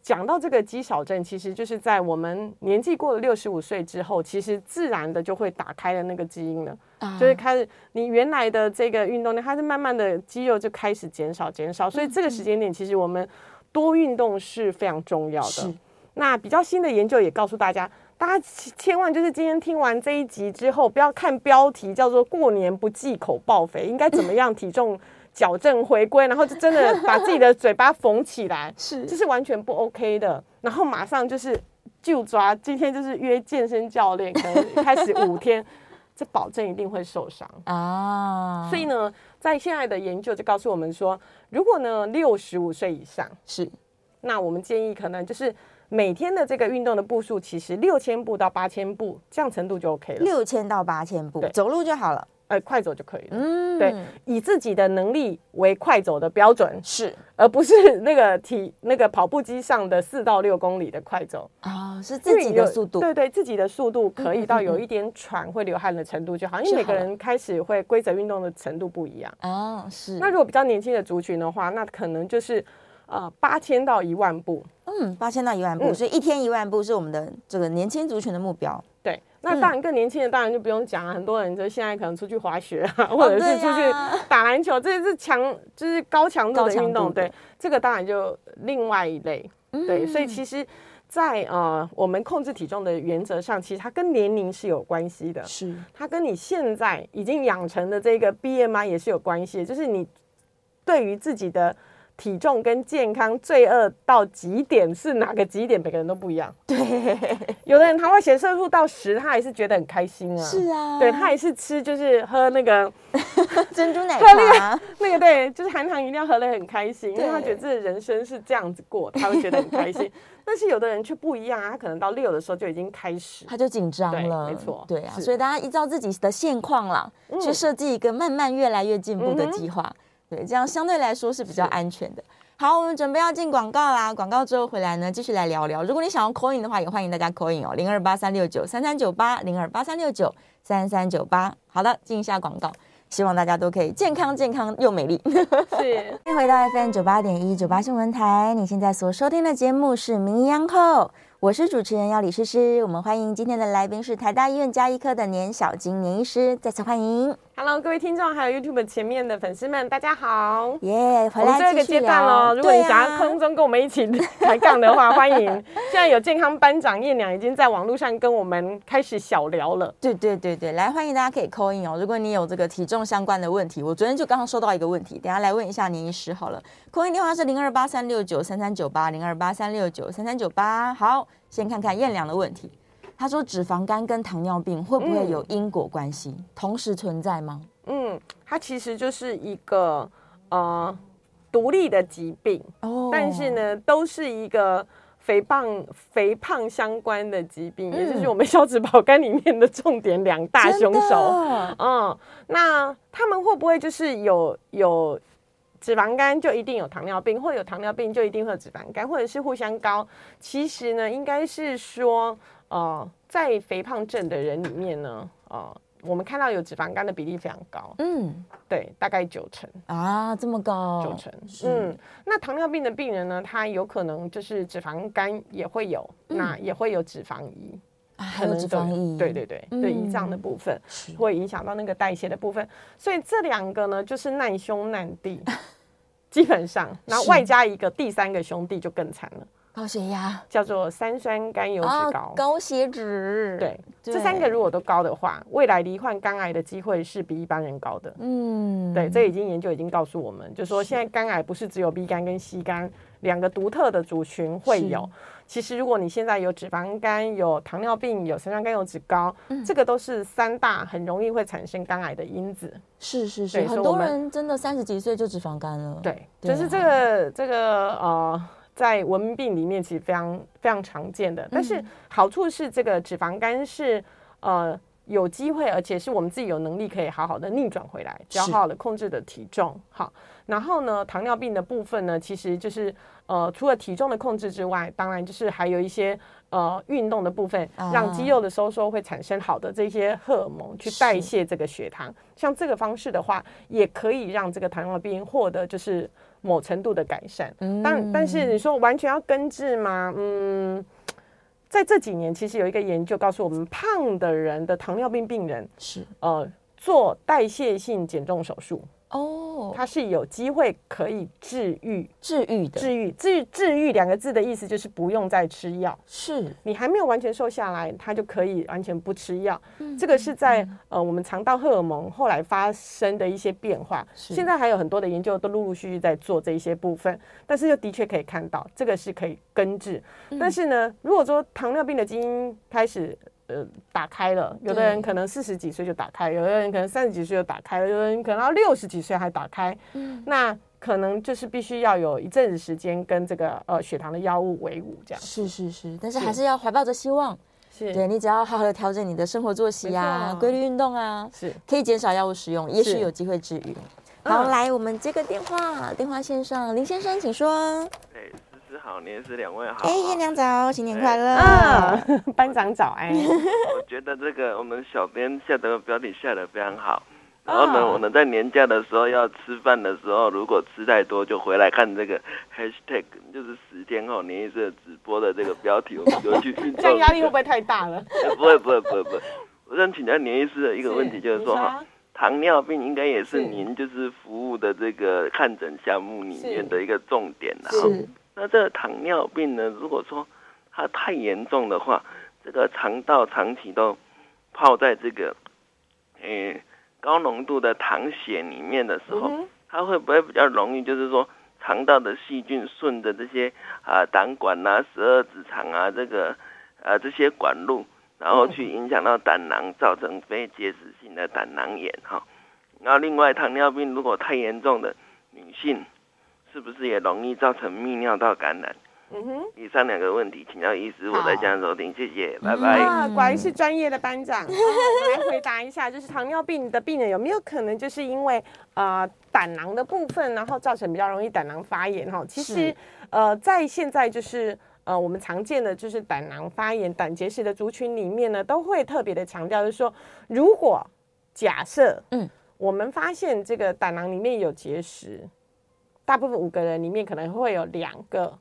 [SPEAKER 2] 讲到这个肌少症，其实就是在我们年纪过了六十五岁之后，其实自然的就会打开了那个基因了。就是开始你原来的这个运动量，它是慢慢的肌肉就开始减少减少，所以这个时间点其实我们多运动是非常重要
[SPEAKER 1] 是，
[SPEAKER 2] 的。那比较新的研究也告诉大家，大家千万就是今天听完这一集之后，不要看标题叫做“过年不忌口爆肥”，应该怎么样体重矫正回归，然后就真的把自己的嘴巴缝起来
[SPEAKER 1] 是
[SPEAKER 2] 这是完全不 OK 的。然后马上就是就抓，今天就是约健身教练，可能开始五天， <laughs> 这保证一定会受伤。
[SPEAKER 1] 嗯啊，
[SPEAKER 2] 所以呢，在现在的研究就告诉我们说，如果呢六十五岁以上，
[SPEAKER 1] 是
[SPEAKER 2] 那我们建议可能就是每天的这个运动的步数，其实六千步到八千步这样程度就 OK 了，
[SPEAKER 1] 六千到八千步
[SPEAKER 2] 对，
[SPEAKER 1] 走路就好了。
[SPEAKER 2] 呃，快走就可以了。
[SPEAKER 1] 嗯，
[SPEAKER 2] 对，以自己的能力为快走的标准，
[SPEAKER 1] 是
[SPEAKER 2] 而不是那个体那个跑步机上的四到六公里的快走，
[SPEAKER 1] 哦，是自己
[SPEAKER 2] 因为有
[SPEAKER 1] 的速度。嗯
[SPEAKER 2] 对对，自己的速度可以到有一点喘会流汗的程度就好，因为每个人开始会规则运动的程度不一样。
[SPEAKER 1] 啊，是。
[SPEAKER 2] 那如果比较年轻的族群的话，那可能就是呃八千到一万步。
[SPEAKER 1] 嗯，八千到一万步，
[SPEAKER 2] 嗯
[SPEAKER 1] 所以一天一万步是我们的这个年轻族群的目标。
[SPEAKER 2] 对，那当
[SPEAKER 1] 嗯
[SPEAKER 2] 然更年轻的当然就不用讲了，啊很多人就现在可能出去滑雪啊，或者
[SPEAKER 1] 哦对
[SPEAKER 2] 是出去
[SPEAKER 1] 呀
[SPEAKER 2] <laughs> 打篮球，这是强就是高强度
[SPEAKER 1] 高
[SPEAKER 2] 的
[SPEAKER 1] 强
[SPEAKER 2] 运动。
[SPEAKER 1] 度的嗯
[SPEAKER 2] 对，这个当然就另外一类。对，所以其实在，呃我们控制体重的原则上，其实它跟年龄是有关系的，
[SPEAKER 1] 是
[SPEAKER 2] 它跟你现在已经养成的这个 BMI 也是有关系的，就是你对于自己的。体重跟健康罪恶到极点是哪个极点？每个人都不一样。对，有的人他会显摄入到十，他还是觉得很开心啊。
[SPEAKER 1] 是啊，
[SPEAKER 2] 对他也是吃，就是喝那个
[SPEAKER 1] 珍珠奶
[SPEAKER 2] 喝那
[SPEAKER 1] 茶，
[SPEAKER 2] 那个对，就是含糖饮料喝得很开心，因为他
[SPEAKER 1] 对
[SPEAKER 2] 觉得自己的人生是这样子过，他会觉得很开心。 <laughs> 但是有的人却不一样啊，他可能到六的时候就已经开始。
[SPEAKER 1] 他就紧张
[SPEAKER 2] 对
[SPEAKER 1] 了。
[SPEAKER 2] 没错
[SPEAKER 1] 对啊，
[SPEAKER 2] 是嗯
[SPEAKER 1] 所以大家依照自己的现况啦，去设计一个慢慢越来越进步的
[SPEAKER 2] 嗯哼
[SPEAKER 1] 计划。对，这样相对来说是比较安全的。好，我们准备要进广告啦。广告之后回来呢，继续来聊聊。如果你想要 c a l l i n 的话，也欢迎大家 c a l l i n 哦，零二八三六九三三九八，零二八三六九三三九八。好的，进一下广告，希望大家都可以健康、健康又美丽。
[SPEAKER 2] 是，
[SPEAKER 1] 欢迎回到 FM 九八点一九八新闻台，你现在所收听的节目是《名医央叩》，我是主持人要李诗诗。我们欢迎今天的来宾是台大医院加医科的年小金年医师，再次欢迎。
[SPEAKER 2] <laughs> Hello，各位听众，还有 YouTube 前面的粉丝们，大家好。
[SPEAKER 1] 耶、回
[SPEAKER 2] 我们
[SPEAKER 1] 来
[SPEAKER 2] 最后一个
[SPEAKER 1] 继续
[SPEAKER 2] 阶段
[SPEAKER 1] 聊。
[SPEAKER 2] 喽，如果你
[SPEAKER 1] 对
[SPEAKER 2] 想
[SPEAKER 1] 啊
[SPEAKER 2] 要空中跟我们一起抬杠的话，欢迎。现在有健康班长叶娘已经在网络上跟我们开始小聊了。
[SPEAKER 1] 对对对对，来欢迎大家可以扣印哦。如果你有这个体重相关的问题，我昨天就刚刚收到一个问题，等一下来问一下年医师好了。扣印电话是零二八三六九三三九八零二八三六九三三九八。好，先看看燕良的问题，他说脂肪肝跟糖尿病会不会有因果关系，同时存在吗？
[SPEAKER 2] 嗯，它其实就是一个呃独立的疾病，
[SPEAKER 1] 哦
[SPEAKER 2] 但是，呢，都是一个肥胖肥胖相关的疾
[SPEAKER 1] 嗯
[SPEAKER 2] 病，也就是我们消脂保肝里面的重点两大凶手。
[SPEAKER 1] 手
[SPEAKER 2] 嗯，那他们会不会就是有有脂肪肝就一定有糖尿病，或有糖尿病就一定会有脂肪肝，或者是互相高？其实呢，应该是说，呃，在肥胖症的人里面呢，呃，我们看到有脂肪肝的比例非常高，
[SPEAKER 1] 嗯
[SPEAKER 2] 对，大概九成。
[SPEAKER 1] 啊，这么高，
[SPEAKER 2] 九成。
[SPEAKER 1] 是
[SPEAKER 2] 嗯，那糖尿病的病人呢，他有可能就是脂肪肝也会有，那也会有脂肪胰，
[SPEAKER 1] 啊，嗯还
[SPEAKER 2] 可
[SPEAKER 1] 有
[SPEAKER 2] 能
[SPEAKER 1] 脂
[SPEAKER 2] 都
[SPEAKER 1] 肪胰，
[SPEAKER 2] 对对对、对胰脏的
[SPEAKER 1] 嗯
[SPEAKER 2] 部分
[SPEAKER 1] 是
[SPEAKER 2] 会影响到那个代谢的部分，所以这两个呢就是难兄难弟。 <laughs> 基本上，然后
[SPEAKER 1] 是
[SPEAKER 2] 外加一个第三个兄弟就更惨了，
[SPEAKER 1] 高血压
[SPEAKER 2] 叫做三酸甘油脂
[SPEAKER 1] 啊
[SPEAKER 2] 高。
[SPEAKER 1] 高血脂，
[SPEAKER 2] 对，这三个如果都高的话，未来罹患肝癌的机会是比一般人高的。
[SPEAKER 1] 嗯，
[SPEAKER 2] 对，这已经研究已经告诉我们，就说现在肝癌不是只有 B 肝跟 C 肝两个独特的族群会有。其实如果你现在有脂肪肝、有糖尿病、有三酸甘油脂高，这个都是三大很容易会产生肝癌的因子。
[SPEAKER 1] 是是是，
[SPEAKER 2] 对所以
[SPEAKER 1] 很
[SPEAKER 2] 我
[SPEAKER 1] 多
[SPEAKER 2] 们
[SPEAKER 1] 人真的三十几岁就脂肪肝了。
[SPEAKER 2] 对，
[SPEAKER 1] 对
[SPEAKER 2] 就是
[SPEAKER 1] 啊
[SPEAKER 2] 这个这个呃。在文明病里面，其实非常非常常见的，但
[SPEAKER 1] 嗯
[SPEAKER 2] 是好处是这个脂肪肝是呃有机会，而且是我们自己有能力可以好好的逆转回来，只要
[SPEAKER 1] 是
[SPEAKER 2] 好好的控制的体重。好，然后呢，糖尿病的部分呢，其实就是呃除了体重的控制之外，当然就是还有一些呃运动的部分，让肌
[SPEAKER 1] 啊
[SPEAKER 2] 肉的收缩会产生好的这些荷尔蒙去代
[SPEAKER 1] 是
[SPEAKER 2] 谢这个血糖。像这个方式的话，也可以让这个糖尿病获得就是某程度的改善。
[SPEAKER 1] 嗯
[SPEAKER 2] 但但是你说完全要根治吗？嗯。在这几年，其实有一个研究告诉我们，胖的人的糖尿病病人，
[SPEAKER 1] 是
[SPEAKER 2] 呃，做代谢性减重手术，
[SPEAKER 1] 哦，
[SPEAKER 2] 它是有机会可以治愈、
[SPEAKER 1] 治愈的，
[SPEAKER 2] 治愈、治治愈两个字的意思就是不用再吃药。
[SPEAKER 1] 是
[SPEAKER 2] 你还没有完全瘦下来，它就可以完全不吃药。这个是在呃我们肠道荷尔蒙后来发生的一些变化。
[SPEAKER 1] 是
[SPEAKER 2] 现在还有很多的研究都陆陆续续在做这一些部分，但是又的确可以看到这个是可以根治。但是呢，如果说糖尿病的基因开始。呃，打开了，有的人
[SPEAKER 1] 对
[SPEAKER 2] 可能四十几岁就打开，有的人可能三十几岁就打开了，有的人可能要六十几岁还打开。嗯，那可能就是必须要有一阵子时间跟这个呃血糖的药物为伍，这样
[SPEAKER 1] 是是是，但是
[SPEAKER 2] 是
[SPEAKER 1] 还是要怀抱着希望，
[SPEAKER 2] 是
[SPEAKER 1] 对你只要好好的调整你的生活作息
[SPEAKER 2] 没
[SPEAKER 1] 啊，
[SPEAKER 2] 错
[SPEAKER 1] 规律运动啊，
[SPEAKER 2] 是。
[SPEAKER 1] 可以减少药物使用，也许
[SPEAKER 2] 是
[SPEAKER 1] 有机会治愈。
[SPEAKER 2] 嗯
[SPEAKER 1] 好，来我们接个电话，电话线上林先生，请说。
[SPEAKER 3] 哎，思思好，你也是两位好。
[SPEAKER 1] 哎，艳娘早，新年快乐！
[SPEAKER 2] 啊， <laughs> 班长早安，
[SPEAKER 3] 我觉得这个我们小编下的标题下的非常好。然后呢，
[SPEAKER 2] 啊
[SPEAKER 3] 我呢在年假的时候要吃饭的时候，如果吃太多，就回来看这个 hashtag，就是十天后你一直直播的这个标题，我们就去运动。
[SPEAKER 2] 这样压力会不会太大了？
[SPEAKER 3] 哎不会？不会不会不会。我想请教年医师的一个问题，就是说哈，糖尿病应该也是
[SPEAKER 2] 是
[SPEAKER 3] 您就是服务的这个看诊项目里面的一个重点啊啦。
[SPEAKER 2] 是
[SPEAKER 3] 哈那这个糖尿病呢，如果说它太严重的话，这个肠道长期都泡在这个，诶、高浓度的糖血里面的时候，
[SPEAKER 2] 嗯哼
[SPEAKER 3] 它会不会比较容易，就是说肠道的细菌顺着这些啊、胆管啊、十二指肠啊这个啊这些管路，然后去影响到胆囊，造成非结石性的胆囊炎哈、然后另外糖尿病如果太严重的女性，是不是也容易造成泌尿道感染？
[SPEAKER 2] 嗯哼，
[SPEAKER 3] 以上两个问题，请教医师，我在家收听，谢谢，拜拜。
[SPEAKER 2] 啊，果然是专业的班长。啊我来回答一下，就是糖尿病的病人有没有可能就是因为呃胆囊的部分，然后造成比较容易胆囊发炎哈？其实
[SPEAKER 1] 是
[SPEAKER 2] 呃，在现在就是。呃，我们常见的就是胆囊发炎、胆结石的族群里面呢，都会特别的强调，就是说，如果假设，
[SPEAKER 1] 嗯
[SPEAKER 2] 嗯，我们发现这个胆囊里面有结石，大部分五个人里面可能会有两个，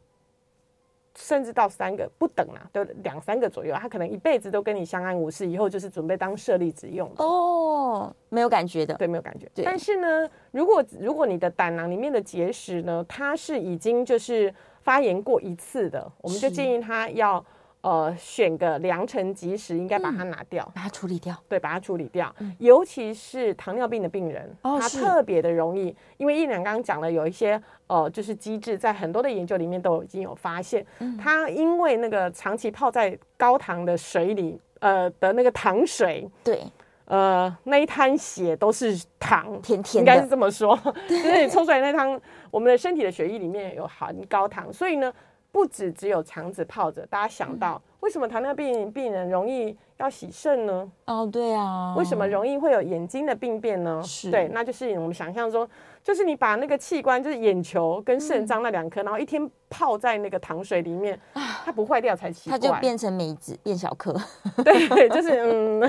[SPEAKER 2] 甚至到三个不等啦，都两三个左右。他可能一辈子都跟你相安无事，以后就是准备当舍利子用的。
[SPEAKER 1] 哦，没有感觉的，
[SPEAKER 2] 对，没有感觉。
[SPEAKER 1] 对
[SPEAKER 2] 但是呢，如果如果你的胆囊里面的结石呢，它是已经就是发炎过一次的，我们就是建议他要呃选个良辰吉时，应该把它拿掉。
[SPEAKER 1] 把它处理掉。
[SPEAKER 2] 对，把它处理掉。尤其是糖尿病的病人，
[SPEAKER 1] 嗯哦
[SPEAKER 2] 他
[SPEAKER 1] 是
[SPEAKER 2] 特别的容易，因为一娘刚刚讲了，有一些呃，就是机制，在很多的研究里面都已经有发现，
[SPEAKER 1] 嗯
[SPEAKER 2] 他因为那个长期泡在高糖的水里，呃的那个糖水，
[SPEAKER 1] 对，
[SPEAKER 2] 呃，那一滩血都是糖，
[SPEAKER 1] 甜甜
[SPEAKER 2] 应
[SPEAKER 1] 的
[SPEAKER 2] 该是这
[SPEAKER 1] <laughs>
[SPEAKER 2] 么说，就是你抽出来那汤，我们的身体的血液里面有含高糖，所以呢，不止只有肠子泡着，大家想到、
[SPEAKER 1] 嗯
[SPEAKER 2] 为什么糖尿病病人容易要洗肾呢？
[SPEAKER 1] 哦，对啊，
[SPEAKER 2] 为什么容易会有眼睛的病变呢？
[SPEAKER 1] 是
[SPEAKER 2] 对，那就是我们想象中，就是你把那个器官，就是眼球跟
[SPEAKER 1] 嗯
[SPEAKER 2] 肾脏那两颗，然后一天泡在那个糖水里面，它不坏掉才奇
[SPEAKER 1] 啊它
[SPEAKER 2] 怪。
[SPEAKER 1] 就变成梅子，变小颗，
[SPEAKER 2] 对， <laughs> 就是嗯，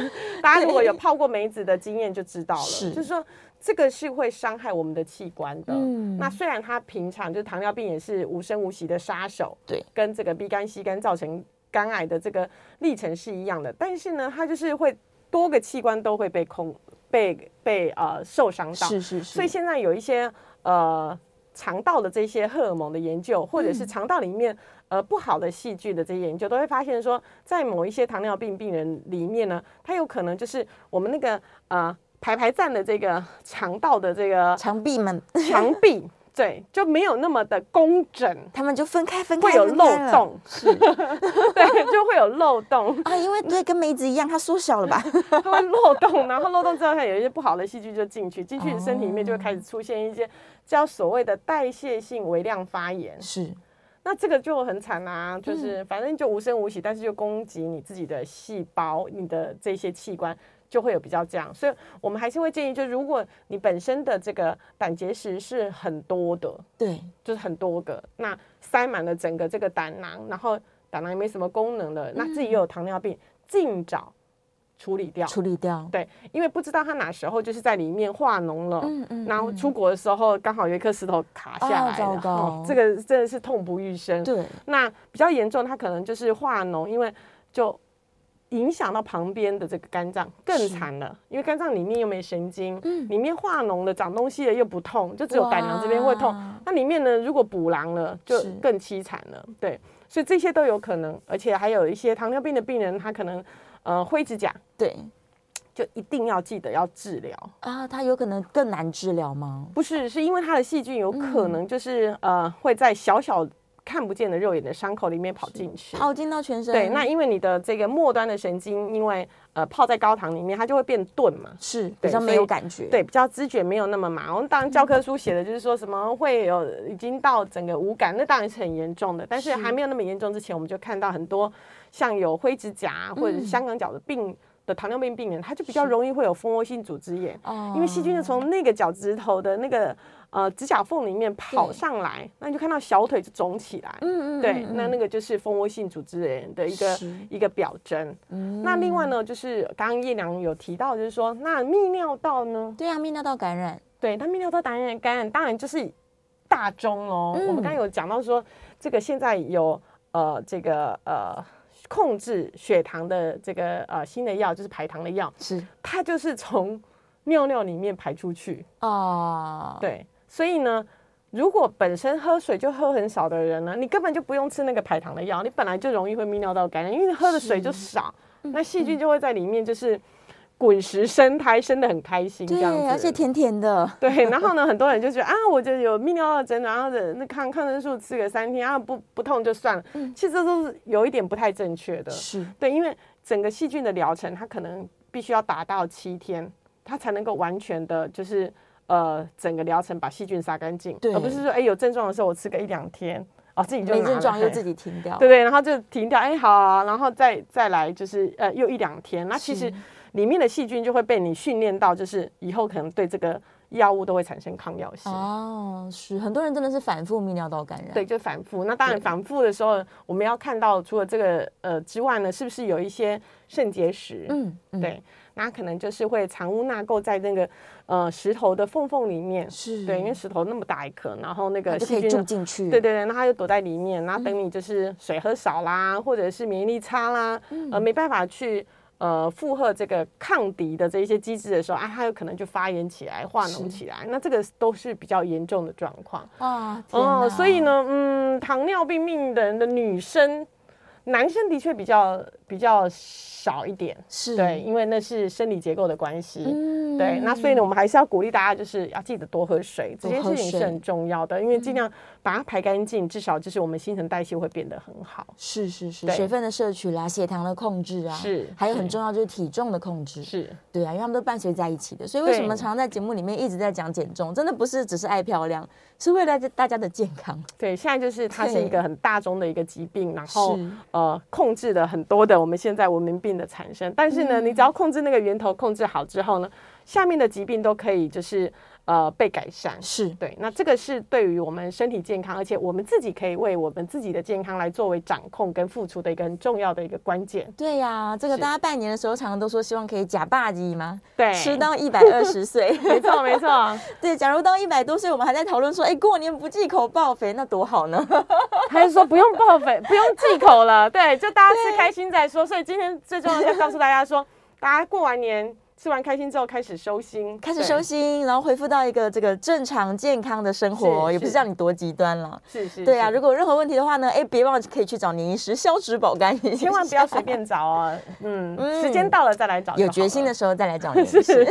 [SPEAKER 2] 大家如果有泡过梅子的经验就知道了，
[SPEAKER 1] 是
[SPEAKER 2] 就是说这个是会伤害我们的器官的。
[SPEAKER 1] 嗯
[SPEAKER 2] 那虽然它平常就是糖尿病也是无声无息的杀手，
[SPEAKER 1] 对，
[SPEAKER 2] 跟这个 B 肝、C 肝造成肝癌的这个历程是一样的，但是呢，它就是会多个器官都会被空被被呃受伤到，
[SPEAKER 1] 是是是，
[SPEAKER 2] 所以现在有一些呃肠道的这些荷尔蒙的研究，或
[SPEAKER 1] 嗯
[SPEAKER 2] 者是肠道里面、呃不好的细菌的这些研究，都会发现说，在某一些糖尿病病人里面呢，它有可能就是我们那个呃排排站的这个 <laughs> 肠道的
[SPEAKER 1] <laughs>
[SPEAKER 2] 这个
[SPEAKER 1] 长臂们
[SPEAKER 2] 墙壁，对，就没有那么的工整。
[SPEAKER 1] 他们就分开分开，
[SPEAKER 2] 会有
[SPEAKER 1] 分
[SPEAKER 2] 漏
[SPEAKER 1] 开了
[SPEAKER 2] 洞， <laughs> 对，就会有漏洞。
[SPEAKER 1] <laughs> 啊，因为对，跟梅子一样，它缩小了
[SPEAKER 2] <laughs>
[SPEAKER 1] 吧？
[SPEAKER 2] 它会漏洞，然后漏洞之后，它有一些不好的细菌就进去，进去身体里面就会开始出现一些叫所谓的代谢性微量发炎。
[SPEAKER 1] 是
[SPEAKER 2] 那这个就很惨啊，就是反正就无声无息，但是就攻击你自己的细胞、你的这些器官。就会有比较这样，所以我们还是会建议，就如果你本身的这个胆结石是很多的，
[SPEAKER 1] 对，
[SPEAKER 2] 就是很多个，那塞满了整个这个胆囊，然后胆囊也没什么功能
[SPEAKER 1] 嗯
[SPEAKER 2] 了，那自己又有糖尿病，尽早处理掉。
[SPEAKER 1] 处理掉，
[SPEAKER 2] 对，因为不知道他哪时候就是在里面化脓了，
[SPEAKER 1] 嗯嗯
[SPEAKER 2] 然后出国的时候刚好有一颗石头卡下来了，
[SPEAKER 1] 啊糟糕
[SPEAKER 2] 哦这个真的是痛不欲生。
[SPEAKER 1] 对，
[SPEAKER 2] 那比较严重，他可能就是化脓，因为就影响到旁边的这个肝脏，更惨了，因为肝脏里面又没神经，里面化脓了、长东西了又不痛，就只有胆囊这边会痛
[SPEAKER 1] 哇。
[SPEAKER 2] 那里面呢，如果补囊了，就是更凄惨了。对，所以这些都有可能，而且还有一些糖尿病的病人，他可能呃灰指甲，
[SPEAKER 1] 对
[SPEAKER 2] 就一定要记得要治疗。
[SPEAKER 1] 啊，它有可能更难治疗吗？
[SPEAKER 2] 不是，是因为它的细菌有可能就是、呃会在小小看不见的肉眼的伤口里面跑进去。
[SPEAKER 1] 泡哦进到全身，
[SPEAKER 2] 对，那因为你的这个末端的神经，因为呃泡在高糖里面，它就会变钝嘛。
[SPEAKER 1] 是比
[SPEAKER 2] 对
[SPEAKER 1] 较没
[SPEAKER 2] 所以
[SPEAKER 1] 有感觉，
[SPEAKER 2] 对，比较知觉没有那么麻。我们当然教科书写的就是说什么会有已经到整个无感，那当然是很严重的。但是
[SPEAKER 1] 是
[SPEAKER 2] 还没有那么严重之前，我们就看到很多像有灰指甲或者是香港脚的病的糖尿病病人，他就比较容易会有蜂窝性组织炎，
[SPEAKER 1] 哦，
[SPEAKER 2] 因为细菌就从那个脚趾头的那个呃指甲缝里面跑上来，那你就看到小腿就肿起来。
[SPEAKER 1] 嗯嗯，
[SPEAKER 2] 对，
[SPEAKER 1] 嗯
[SPEAKER 2] 那那个就是蜂窝性组织炎的一个
[SPEAKER 1] 是嗯
[SPEAKER 2] 一个表征。那另外呢，就是刚刚叶良有提到，就是说，那泌尿道呢？
[SPEAKER 1] 对啊，泌尿道感染，
[SPEAKER 2] 对，那泌尿道感染感染当然就是大中哦。我
[SPEAKER 1] 嗯
[SPEAKER 2] 们刚刚有讲到说，这个现在有呃这个呃控制血糖的这个呃新的药，就是排糖的药，
[SPEAKER 1] 是
[SPEAKER 2] 它就是从尿尿里面排出去。
[SPEAKER 1] 哦，，
[SPEAKER 2] 对，所以呢，如果本身喝水就喝很少的人呢，你根本就不用吃那个排糖的药，你本来就容易会泌尿道感染，因为你喝的水就少，
[SPEAKER 1] 嗯
[SPEAKER 2] 那细菌就会在里面就是滚石生苔，生的很开心这样子。
[SPEAKER 1] 对，而且甜甜的，
[SPEAKER 2] 对，然后呢，很多人就觉得啊，我就有泌尿道症，然后的那抗抗生素吃个三天啊，不不痛就算了。其实这都是有一点不太正确
[SPEAKER 1] 嗯
[SPEAKER 2] 的，
[SPEAKER 1] 是
[SPEAKER 2] 对，因为整个细菌的疗程，它可能必须要达到七天，它才能够完全的，就是呃，整个疗程把细菌杀干净，
[SPEAKER 1] 对
[SPEAKER 2] 而不是说哎有症状的时候我吃个一两天，哦自己就
[SPEAKER 1] 没
[SPEAKER 2] 拿
[SPEAKER 1] 症
[SPEAKER 2] 了
[SPEAKER 1] 状又
[SPEAKER 2] 嘿
[SPEAKER 1] 自己停掉，
[SPEAKER 2] 对对，然后就停掉，哎好啊、然后再再来就是呃又一两天，那其实
[SPEAKER 1] 是
[SPEAKER 2] 里面的细菌就会被你训练到，就是以后可能对这个药物都会产生抗药性。
[SPEAKER 1] 哦，是很多人真的是反复泌尿道感染，
[SPEAKER 2] 对，，就反复。那当然，反复的时候，我们要看到除了这个呃之外呢，是不是有一些肾结石？
[SPEAKER 1] 嗯，嗯，
[SPEAKER 2] 对，那可能就是会藏污纳垢在那个呃石头的缝缝里面，
[SPEAKER 1] 是
[SPEAKER 2] 对，因为石头那么大一颗，然后那
[SPEAKER 1] 它
[SPEAKER 2] 个
[SPEAKER 1] 就可以
[SPEAKER 2] 细菌
[SPEAKER 1] 住
[SPEAKER 2] 呢。
[SPEAKER 1] 进嗯去，
[SPEAKER 2] 对对对，那它就躲在里面，然后等你就是水喝少啦，或者是免疫力差啦，呃，
[SPEAKER 1] 嗯
[SPEAKER 2] 没办法去呃负荷这个抗敌的这一些机制的时候，啊，它有可能就发炎起来、化脓起来，那这个都是比较严重的状况。
[SPEAKER 1] 哇，天
[SPEAKER 2] 哦，
[SPEAKER 1] 哪
[SPEAKER 2] 所以，呢，嗯，糖尿病病人的女生，男生的确比较比较少一点，
[SPEAKER 1] 是
[SPEAKER 2] 对，因为那是生理结构的关系。
[SPEAKER 1] 嗯
[SPEAKER 2] 对，那所以呢，我们还是要鼓励大家，就是要记得多喝水，这
[SPEAKER 1] 多
[SPEAKER 2] 件
[SPEAKER 1] 喝
[SPEAKER 2] 事情是
[SPEAKER 1] 水嗯
[SPEAKER 2] 很重要的，因为尽量把它排干净，至少就是我们新陈代谢会变得很好。
[SPEAKER 1] 是是是，
[SPEAKER 2] 对
[SPEAKER 1] 水分的摄取啦，血糖的控制啊，
[SPEAKER 2] 是
[SPEAKER 1] 还有
[SPEAKER 2] 是
[SPEAKER 1] 很重要就是体重的控制，
[SPEAKER 2] 是，
[SPEAKER 1] 对啊，因为他们都伴随在一起的，所以为什
[SPEAKER 2] 对
[SPEAKER 1] 么常常在节目里面一直在讲减重，真的不是只是爱漂亮，是为了大家的健康。
[SPEAKER 2] 对，现在就是它是
[SPEAKER 1] 对
[SPEAKER 2] 一个很大宗的一个疾病，然后
[SPEAKER 1] 是
[SPEAKER 2] 呃控制了很多的我们现在文明病的产生。但是呢，你
[SPEAKER 1] 嗯
[SPEAKER 2] 只要控制那个源头控制好之后呢，下面的疾病都可以就是呃被改善。
[SPEAKER 1] 是
[SPEAKER 2] 对，那这个是对于我们身体健康，而且我们自己可以为我们自己的健康来作为掌控跟付出的一个很重要的一个关键。
[SPEAKER 1] 对呀、这个大家拜年的时候常常都说希望可以假霸鸡嘛，
[SPEAKER 2] 对，
[SPEAKER 1] 吃到一百二十岁。 <laughs>
[SPEAKER 2] 没错没错，
[SPEAKER 1] 对，假如到一百多岁，我们还在讨论说，哎，过年不忌口爆肥，那多好呢？
[SPEAKER 2] 他就说不用报肥，不用忌口了，对，就大家吃开心再说。所以今天最重要的是告诉大家说，大家过完年吃完开心之后开始收心，
[SPEAKER 1] 开始收
[SPEAKER 2] 心，
[SPEAKER 1] 心，然后恢复到一个这个正常健康的生活，
[SPEAKER 2] 是
[SPEAKER 1] 也不是
[SPEAKER 2] 是
[SPEAKER 1] 让你多极端了。
[SPEAKER 2] 是是，
[SPEAKER 1] 对啊，
[SPEAKER 2] 是
[SPEAKER 1] 如果有任何问题的话呢，哎，别忘了可以去找年医师消脂保肝一下，
[SPEAKER 2] 千万不要随便找啊，嗯，
[SPEAKER 1] 嗯
[SPEAKER 2] 时间到了再来找，
[SPEAKER 1] 有决心的。时候再来找您，
[SPEAKER 2] <laughs>
[SPEAKER 1] 是不是？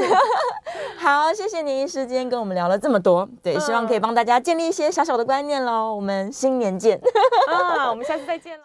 [SPEAKER 1] 好，谢谢您医师今天跟我们聊了这么多，对，
[SPEAKER 2] 嗯
[SPEAKER 1] 希望可以帮大家建立一些小小的观念喽。我们新年见。
[SPEAKER 2] 嗯，我们下次再见了。